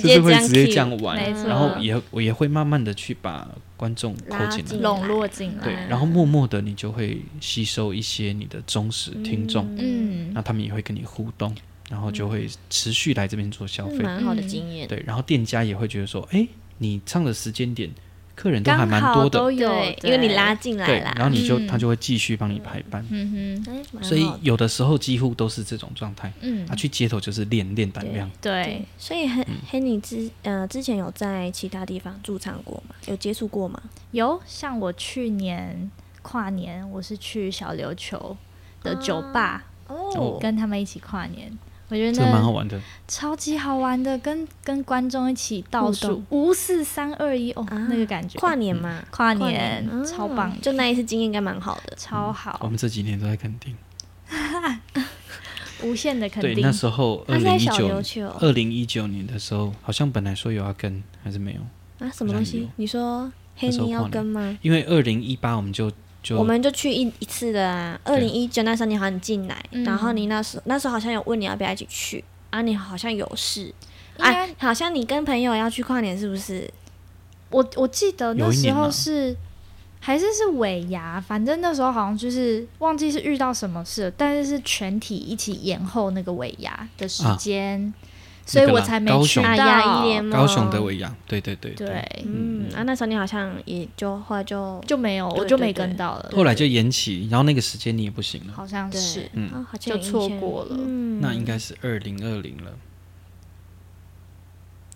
[SPEAKER 1] 就是
[SPEAKER 3] 接
[SPEAKER 1] 会直接这
[SPEAKER 3] cue
[SPEAKER 1] 样玩
[SPEAKER 2] 没，错
[SPEAKER 1] 然后也我也会慢慢的去把观众扣
[SPEAKER 3] 拉
[SPEAKER 1] 进
[SPEAKER 3] 进
[SPEAKER 1] 来，
[SPEAKER 3] 来
[SPEAKER 2] 笼络进来，
[SPEAKER 1] 对，然后默默的你就会吸收一些你的忠实听众，
[SPEAKER 2] 嗯
[SPEAKER 1] 那他们也会跟你互动，然后就会持续来这边做消
[SPEAKER 3] 是
[SPEAKER 1] 费，
[SPEAKER 3] 蛮好的经
[SPEAKER 1] 嗯
[SPEAKER 3] 验，
[SPEAKER 1] 对，然后店家也会觉得说，哎，你唱的时间点，客人都还
[SPEAKER 2] 刚
[SPEAKER 1] 蛮
[SPEAKER 2] 好
[SPEAKER 1] 多
[SPEAKER 2] 都
[SPEAKER 1] 的，
[SPEAKER 2] 有，
[SPEAKER 3] 对，因为你拉，进来
[SPEAKER 1] 对，
[SPEAKER 3] 啦，
[SPEAKER 1] 然后你就、
[SPEAKER 2] 嗯
[SPEAKER 1] 他就会继续帮你排班，
[SPEAKER 2] 嗯哼，
[SPEAKER 3] 哎蛮
[SPEAKER 1] 所以
[SPEAKER 3] 好的
[SPEAKER 1] 有的时候几乎都是这种状态。
[SPEAKER 2] 嗯
[SPEAKER 1] 他、，去街头就是练练胆量，
[SPEAKER 2] 对
[SPEAKER 3] 对，，所以
[SPEAKER 1] 嗯
[SPEAKER 3] 很 Henry 之呃之前有在其他地方驻唱过吗？有接触过吗？
[SPEAKER 2] 有像我去年跨年，我是去小琉球的酒吧，
[SPEAKER 3] 啊
[SPEAKER 1] 哦
[SPEAKER 2] 跟他们一起跨年。我觉
[SPEAKER 1] 这个蛮好
[SPEAKER 2] 得
[SPEAKER 1] 玩的。
[SPEAKER 2] 超级好玩的，跟跟观众一起倒
[SPEAKER 3] 互
[SPEAKER 2] 数
[SPEAKER 3] 动
[SPEAKER 2] 五四三二一，哦，
[SPEAKER 3] 啊
[SPEAKER 2] 那个感觉，
[SPEAKER 3] 跨年嘛，
[SPEAKER 2] 跨
[SPEAKER 3] 跨
[SPEAKER 2] 年
[SPEAKER 3] 嗯
[SPEAKER 2] 超棒，
[SPEAKER 3] 就那一次经验应该蛮好的。
[SPEAKER 2] 超
[SPEAKER 1] 我
[SPEAKER 2] 好，
[SPEAKER 1] 们这几年都在垦丁，
[SPEAKER 2] 无限的肯
[SPEAKER 1] 对，
[SPEAKER 2] 定
[SPEAKER 1] 那。时候二
[SPEAKER 3] 是在
[SPEAKER 1] 零一
[SPEAKER 3] 小
[SPEAKER 1] 九
[SPEAKER 3] 琉球
[SPEAKER 1] 二零一九年的时候，好像本来说有要跟，还是没有，
[SPEAKER 3] 啊，什么东
[SPEAKER 1] 好像
[SPEAKER 3] 西
[SPEAKER 1] 有？
[SPEAKER 3] 你说
[SPEAKER 1] 那时候
[SPEAKER 3] Henry 要
[SPEAKER 1] 跨年
[SPEAKER 3] 跟吗？
[SPEAKER 1] 因为二零一八我们就就
[SPEAKER 3] 我们就去一一次的啊，二零一九那时候你好像进来，
[SPEAKER 2] 嗯
[SPEAKER 3] 然后你那时候那时候好像有问你要不要一起去啊，你好像有事，
[SPEAKER 2] 应该
[SPEAKER 3] 啊，好像你跟朋友要去跨年是不是？
[SPEAKER 2] 我我记得那
[SPEAKER 1] 有一
[SPEAKER 2] 时
[SPEAKER 1] 年
[SPEAKER 2] 候
[SPEAKER 1] 吗
[SPEAKER 2] 是还是是尾牙，反正那时候好像就是忘记是遇到什么事了，但是是全体一起延后那个尾牙的时间，所以
[SPEAKER 1] 啊那个
[SPEAKER 2] 我
[SPEAKER 1] 啦
[SPEAKER 2] 才没
[SPEAKER 1] 高
[SPEAKER 2] 去
[SPEAKER 1] 雄
[SPEAKER 2] 到。
[SPEAKER 3] 啊，牙医联盟，
[SPEAKER 1] 高雄的尾牙，对对对
[SPEAKER 2] 对，
[SPEAKER 3] 嗯，啊，那时候你好像也就后来就
[SPEAKER 2] 就没有，
[SPEAKER 3] 对
[SPEAKER 2] 我就没
[SPEAKER 3] 对对
[SPEAKER 2] 跟到了，
[SPEAKER 1] 后来就延期，然后那个时间你也不行了，
[SPEAKER 2] 好像
[SPEAKER 3] 对
[SPEAKER 2] 是，
[SPEAKER 1] 嗯
[SPEAKER 3] 啊好像
[SPEAKER 2] 就
[SPEAKER 3] 有印
[SPEAKER 2] 错
[SPEAKER 3] 象
[SPEAKER 2] 过了。
[SPEAKER 3] 嗯
[SPEAKER 1] 那应该是二零二零了。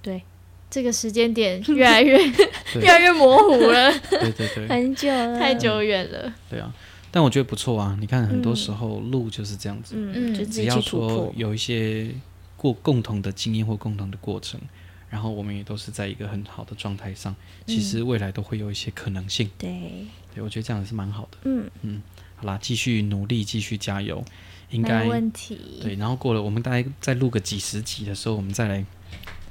[SPEAKER 3] 对，
[SPEAKER 2] 这个时间点越来越
[SPEAKER 1] 对
[SPEAKER 2] 越来越模糊了，
[SPEAKER 3] 嗯
[SPEAKER 1] 对对对，
[SPEAKER 3] 很久了，
[SPEAKER 2] 太久远了。
[SPEAKER 1] 对啊。但我觉得不错啊，你看很多时候路就是这样子，
[SPEAKER 3] 嗯，就自
[SPEAKER 1] 只
[SPEAKER 3] 己
[SPEAKER 1] 要
[SPEAKER 3] 去突
[SPEAKER 1] 说
[SPEAKER 3] 破，
[SPEAKER 1] 有一些过共同的经验或共同的过程，然后我们也都是在一个很好的状态上，
[SPEAKER 3] 嗯
[SPEAKER 1] 其实未来都会有一些可能性。
[SPEAKER 3] 对，
[SPEAKER 1] 对我觉得这样也是蛮好的。
[SPEAKER 3] 嗯，
[SPEAKER 1] 好啦，继续努力，继续加油，应该
[SPEAKER 2] 没问题，
[SPEAKER 1] 对。然后过了，我们大概再录个几十集的时候，我们再来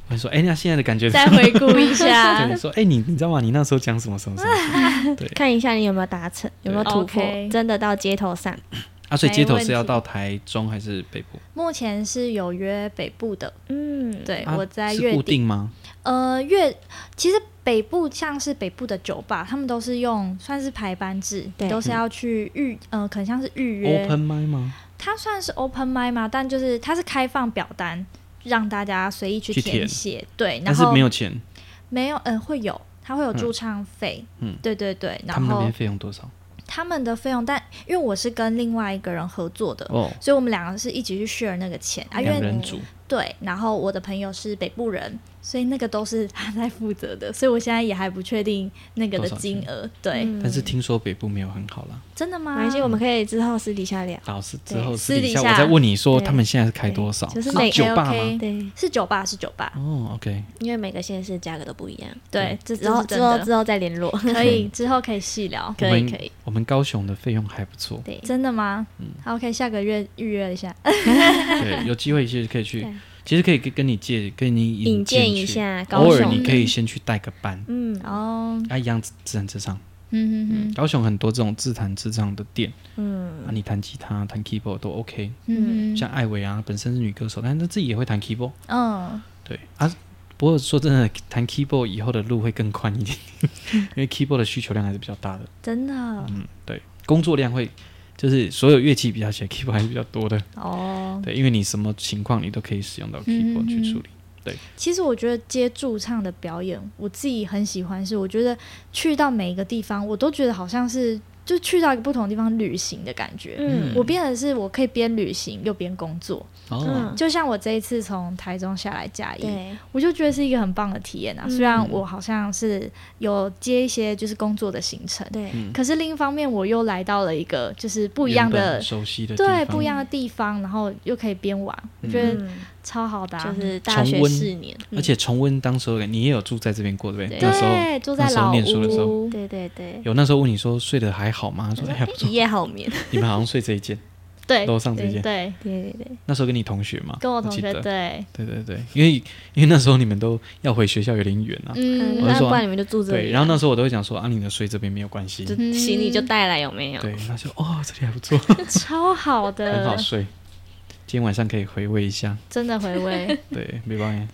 [SPEAKER 1] 问说，哎，那现在的感觉怎
[SPEAKER 2] 再
[SPEAKER 1] 么样
[SPEAKER 2] 回顾一下
[SPEAKER 1] 对，你。说，哎、你你知道吗？你那时候讲什么什么什么
[SPEAKER 3] 看一下你有没有达成，有没有突破
[SPEAKER 2] OK，
[SPEAKER 3] 真的到街头上，
[SPEAKER 1] 啊？所以
[SPEAKER 2] 没
[SPEAKER 1] 街头
[SPEAKER 2] 问
[SPEAKER 1] 是要
[SPEAKER 2] 题
[SPEAKER 1] 到台中还是北部？
[SPEAKER 2] 目前是有约北部的，
[SPEAKER 3] 嗯，
[SPEAKER 2] 对
[SPEAKER 1] 啊、
[SPEAKER 2] 我在
[SPEAKER 1] 是
[SPEAKER 2] 月
[SPEAKER 1] 固
[SPEAKER 2] 底
[SPEAKER 1] 定吗？
[SPEAKER 2] 呃，越其实北部像是北部的酒吧，他们都是用算是排班制，
[SPEAKER 3] 对
[SPEAKER 2] 都是要去预，呃，可能像是预约。
[SPEAKER 1] Open m i 吗？
[SPEAKER 2] 它算是 open m i 嘛，但就是它是开放表单，让大家随意去
[SPEAKER 1] 去填
[SPEAKER 2] 填写。对，然
[SPEAKER 1] 但是
[SPEAKER 2] 后
[SPEAKER 1] 没有钱，
[SPEAKER 2] 没有，嗯、会有，它会有驻唱费。
[SPEAKER 1] 嗯
[SPEAKER 2] 对对对，
[SPEAKER 1] 他
[SPEAKER 2] 然
[SPEAKER 1] 们那
[SPEAKER 2] 后
[SPEAKER 1] 边费用多少？
[SPEAKER 2] 他们的费用，但因为我是跟另外一个人合作的。
[SPEAKER 1] 哦，
[SPEAKER 2] 所以我们两个是一起去 share 那个钱啊，因
[SPEAKER 1] 两
[SPEAKER 2] 为
[SPEAKER 1] 人组，
[SPEAKER 2] 对，然后我的朋友是北部人，所以那个都是他在负责的，所以我现在也还不确定那个的金额。对，
[SPEAKER 3] 嗯
[SPEAKER 1] 但是听说北部没有很好啦。
[SPEAKER 2] 真的吗？
[SPEAKER 3] 没关系，我们可以之后私底下聊。
[SPEAKER 1] 老师之
[SPEAKER 3] 对
[SPEAKER 1] 后
[SPEAKER 2] 私
[SPEAKER 1] 私底
[SPEAKER 2] 底
[SPEAKER 1] 下我
[SPEAKER 2] 下
[SPEAKER 1] 再问你说，
[SPEAKER 3] 对
[SPEAKER 1] 他们现在是开多少？
[SPEAKER 3] 就是
[SPEAKER 1] 是
[SPEAKER 3] 每
[SPEAKER 1] 酒吧
[SPEAKER 2] OK
[SPEAKER 1] 吗？
[SPEAKER 3] 对，
[SPEAKER 2] 是酒吧，是酒吧。
[SPEAKER 1] 哦，OK，
[SPEAKER 3] 因为每个县市价格都不一样，
[SPEAKER 2] 对，这
[SPEAKER 3] 之后
[SPEAKER 2] 这是
[SPEAKER 3] 之 后
[SPEAKER 2] 真
[SPEAKER 3] 之
[SPEAKER 2] 的
[SPEAKER 3] 后再联络，
[SPEAKER 2] 可以，之后可以细聊。
[SPEAKER 1] 我
[SPEAKER 3] 可以
[SPEAKER 1] 们
[SPEAKER 3] 可以，，
[SPEAKER 1] 我们高雄的费用还不错
[SPEAKER 3] 对，
[SPEAKER 2] 真的吗？好，OK，下个月预约一下。
[SPEAKER 1] 对，有机会其实可以去
[SPEAKER 3] 对，
[SPEAKER 1] 其实可以跟跟你借，跟你
[SPEAKER 3] 引荐
[SPEAKER 1] 去
[SPEAKER 3] 一，下高
[SPEAKER 1] 偶尔
[SPEAKER 3] 雄，
[SPEAKER 1] 你可以先去带个班，
[SPEAKER 3] 嗯，
[SPEAKER 2] 哦，
[SPEAKER 1] 啊，一样自然自唱。
[SPEAKER 2] 嗯哼哼，
[SPEAKER 1] 高雄很多这种自弹自唱的店，
[SPEAKER 3] 嗯
[SPEAKER 1] 啊，你弹吉他、弹 keyboard 都 OK。
[SPEAKER 2] 嗯
[SPEAKER 1] 像
[SPEAKER 2] 哼，
[SPEAKER 1] 艾薇啊，本身是女歌手，但是她自己也会弹 keyboard。
[SPEAKER 2] 嗯，
[SPEAKER 1] 对啊，不过说真的，弹 keyboard 以后的路会更宽一点，因为 keyboard 的需求量还是比较大的。
[SPEAKER 2] 真的，
[SPEAKER 1] 嗯，对，工作量会，就是所有乐器比较起来，keyboard 还是比较多的。
[SPEAKER 2] 哦，
[SPEAKER 1] 对，因为你什么情况你都可以使用到 keyboard
[SPEAKER 3] 嗯
[SPEAKER 1] 去处理。
[SPEAKER 2] 其实我觉得接驻唱的表演，我自己很喜欢是，我觉得去到每一个地方，我都觉得好像是就去到一个不同的地方旅行的感觉。
[SPEAKER 3] 嗯
[SPEAKER 2] 我变得是我可以边旅行又边工作，
[SPEAKER 3] 嗯
[SPEAKER 1] 哦，
[SPEAKER 2] 就像我这一次从台中下来嘉义，
[SPEAKER 3] 对，
[SPEAKER 2] 我就觉得是一个很棒的体验啊。
[SPEAKER 3] 嗯
[SPEAKER 2] 虽然我好像是有接一些就是工作的行程，
[SPEAKER 3] 对，
[SPEAKER 2] 可是另一方面我又来到了一个就是不
[SPEAKER 1] 不
[SPEAKER 2] 一样的
[SPEAKER 1] 熟悉的地
[SPEAKER 2] 对
[SPEAKER 1] 方
[SPEAKER 2] 不一样的地方，然后又可以边玩，我
[SPEAKER 1] 嗯
[SPEAKER 2] 觉得
[SPEAKER 3] 嗯
[SPEAKER 2] 超好的、啊。
[SPEAKER 3] 就是大学
[SPEAKER 1] 重温
[SPEAKER 3] 四年，嗯
[SPEAKER 1] 而且重温当时候的感觉，你也有住在这边过对不对？
[SPEAKER 3] 对
[SPEAKER 1] 那时候
[SPEAKER 2] 对，住在
[SPEAKER 1] 那时候
[SPEAKER 2] 老
[SPEAKER 1] 念书的时候
[SPEAKER 2] 屋，
[SPEAKER 3] 对对对，
[SPEAKER 1] 有那时候问你说睡得还好吗？他说哎呀不
[SPEAKER 3] 一
[SPEAKER 1] 错，
[SPEAKER 3] 夜好 眠，
[SPEAKER 1] 你们好像睡这一间，
[SPEAKER 2] 对
[SPEAKER 1] 楼上这间。
[SPEAKER 2] 对，
[SPEAKER 3] 对对对，
[SPEAKER 1] 那时候跟你同学嘛，
[SPEAKER 2] 跟我同
[SPEAKER 1] 记
[SPEAKER 2] 学
[SPEAKER 1] 得
[SPEAKER 2] 对，
[SPEAKER 1] 对对对，因为因为那时候你们都要回学校有点远啊，
[SPEAKER 2] 嗯，
[SPEAKER 1] 我就
[SPEAKER 3] 那
[SPEAKER 1] 说
[SPEAKER 3] 不然你们就住这
[SPEAKER 1] 对，
[SPEAKER 3] 里啊，
[SPEAKER 1] 然后那时候我都会讲说啊，你的睡这边没有关系，
[SPEAKER 3] 就
[SPEAKER 1] 对，
[SPEAKER 3] 行李就
[SPEAKER 2] 嗯
[SPEAKER 3] 带来有没有？
[SPEAKER 1] 他说哦，这里还不 错，
[SPEAKER 2] 那超好
[SPEAKER 1] 很好
[SPEAKER 2] 的，
[SPEAKER 1] 睡，今天晚上可以回味一下，
[SPEAKER 2] 真的回味
[SPEAKER 1] 对，没办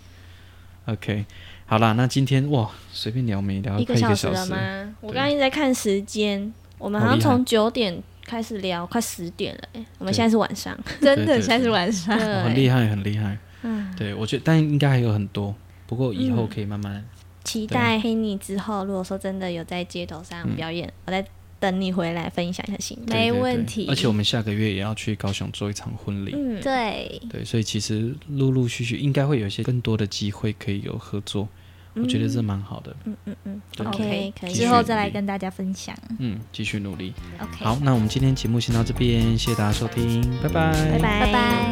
[SPEAKER 1] 法。OK，好啦，那今天哇，随便聊没聊
[SPEAKER 3] 一
[SPEAKER 1] 快一
[SPEAKER 3] 个小
[SPEAKER 1] 个
[SPEAKER 3] 时
[SPEAKER 1] 小
[SPEAKER 3] 了
[SPEAKER 1] 时，
[SPEAKER 3] 吗？我
[SPEAKER 1] 对
[SPEAKER 3] 刚刚一直在看时间，我们好
[SPEAKER 1] 好
[SPEAKER 3] 像
[SPEAKER 1] 厉害
[SPEAKER 3] 从九点开始聊，快十点了、欸。我们
[SPEAKER 1] 对
[SPEAKER 3] 现在是晚上，
[SPEAKER 1] 对
[SPEAKER 2] 真的
[SPEAKER 1] 对
[SPEAKER 2] 现在是
[SPEAKER 1] 对
[SPEAKER 2] 晚 上，
[SPEAKER 1] 哇哦很厉害，很厉害。
[SPEAKER 3] 嗯，
[SPEAKER 1] 对，我觉得，但应该还有很多，不过以后可以慢慢。
[SPEAKER 3] 期
[SPEAKER 1] 对啊
[SPEAKER 3] 待黑你之后，如果说真的有在街头上
[SPEAKER 1] 嗯
[SPEAKER 3] 表演，我再等你回来分享一下心得。
[SPEAKER 1] 对对
[SPEAKER 2] 没
[SPEAKER 1] 对
[SPEAKER 2] 问题
[SPEAKER 1] 而且我们下个月也要去高雄做一场婚礼，
[SPEAKER 3] 嗯，
[SPEAKER 2] 对，
[SPEAKER 1] 对，所以其实陆陆续续应该会有一些更多的机会可以有合作，我觉得这蛮好的。
[SPEAKER 3] 嗯嗯嗯
[SPEAKER 1] 对
[SPEAKER 3] ，OK，可以。
[SPEAKER 1] 继
[SPEAKER 2] 之
[SPEAKER 1] 续
[SPEAKER 2] 后
[SPEAKER 1] 努
[SPEAKER 2] 再来
[SPEAKER 1] 力
[SPEAKER 2] 跟大家分享
[SPEAKER 1] 嗯，继续努力。
[SPEAKER 2] ，OK，
[SPEAKER 1] 好，那我们今天节目先到这边，谢谢大家收听，拜拜，
[SPEAKER 3] 拜
[SPEAKER 2] 拜拜。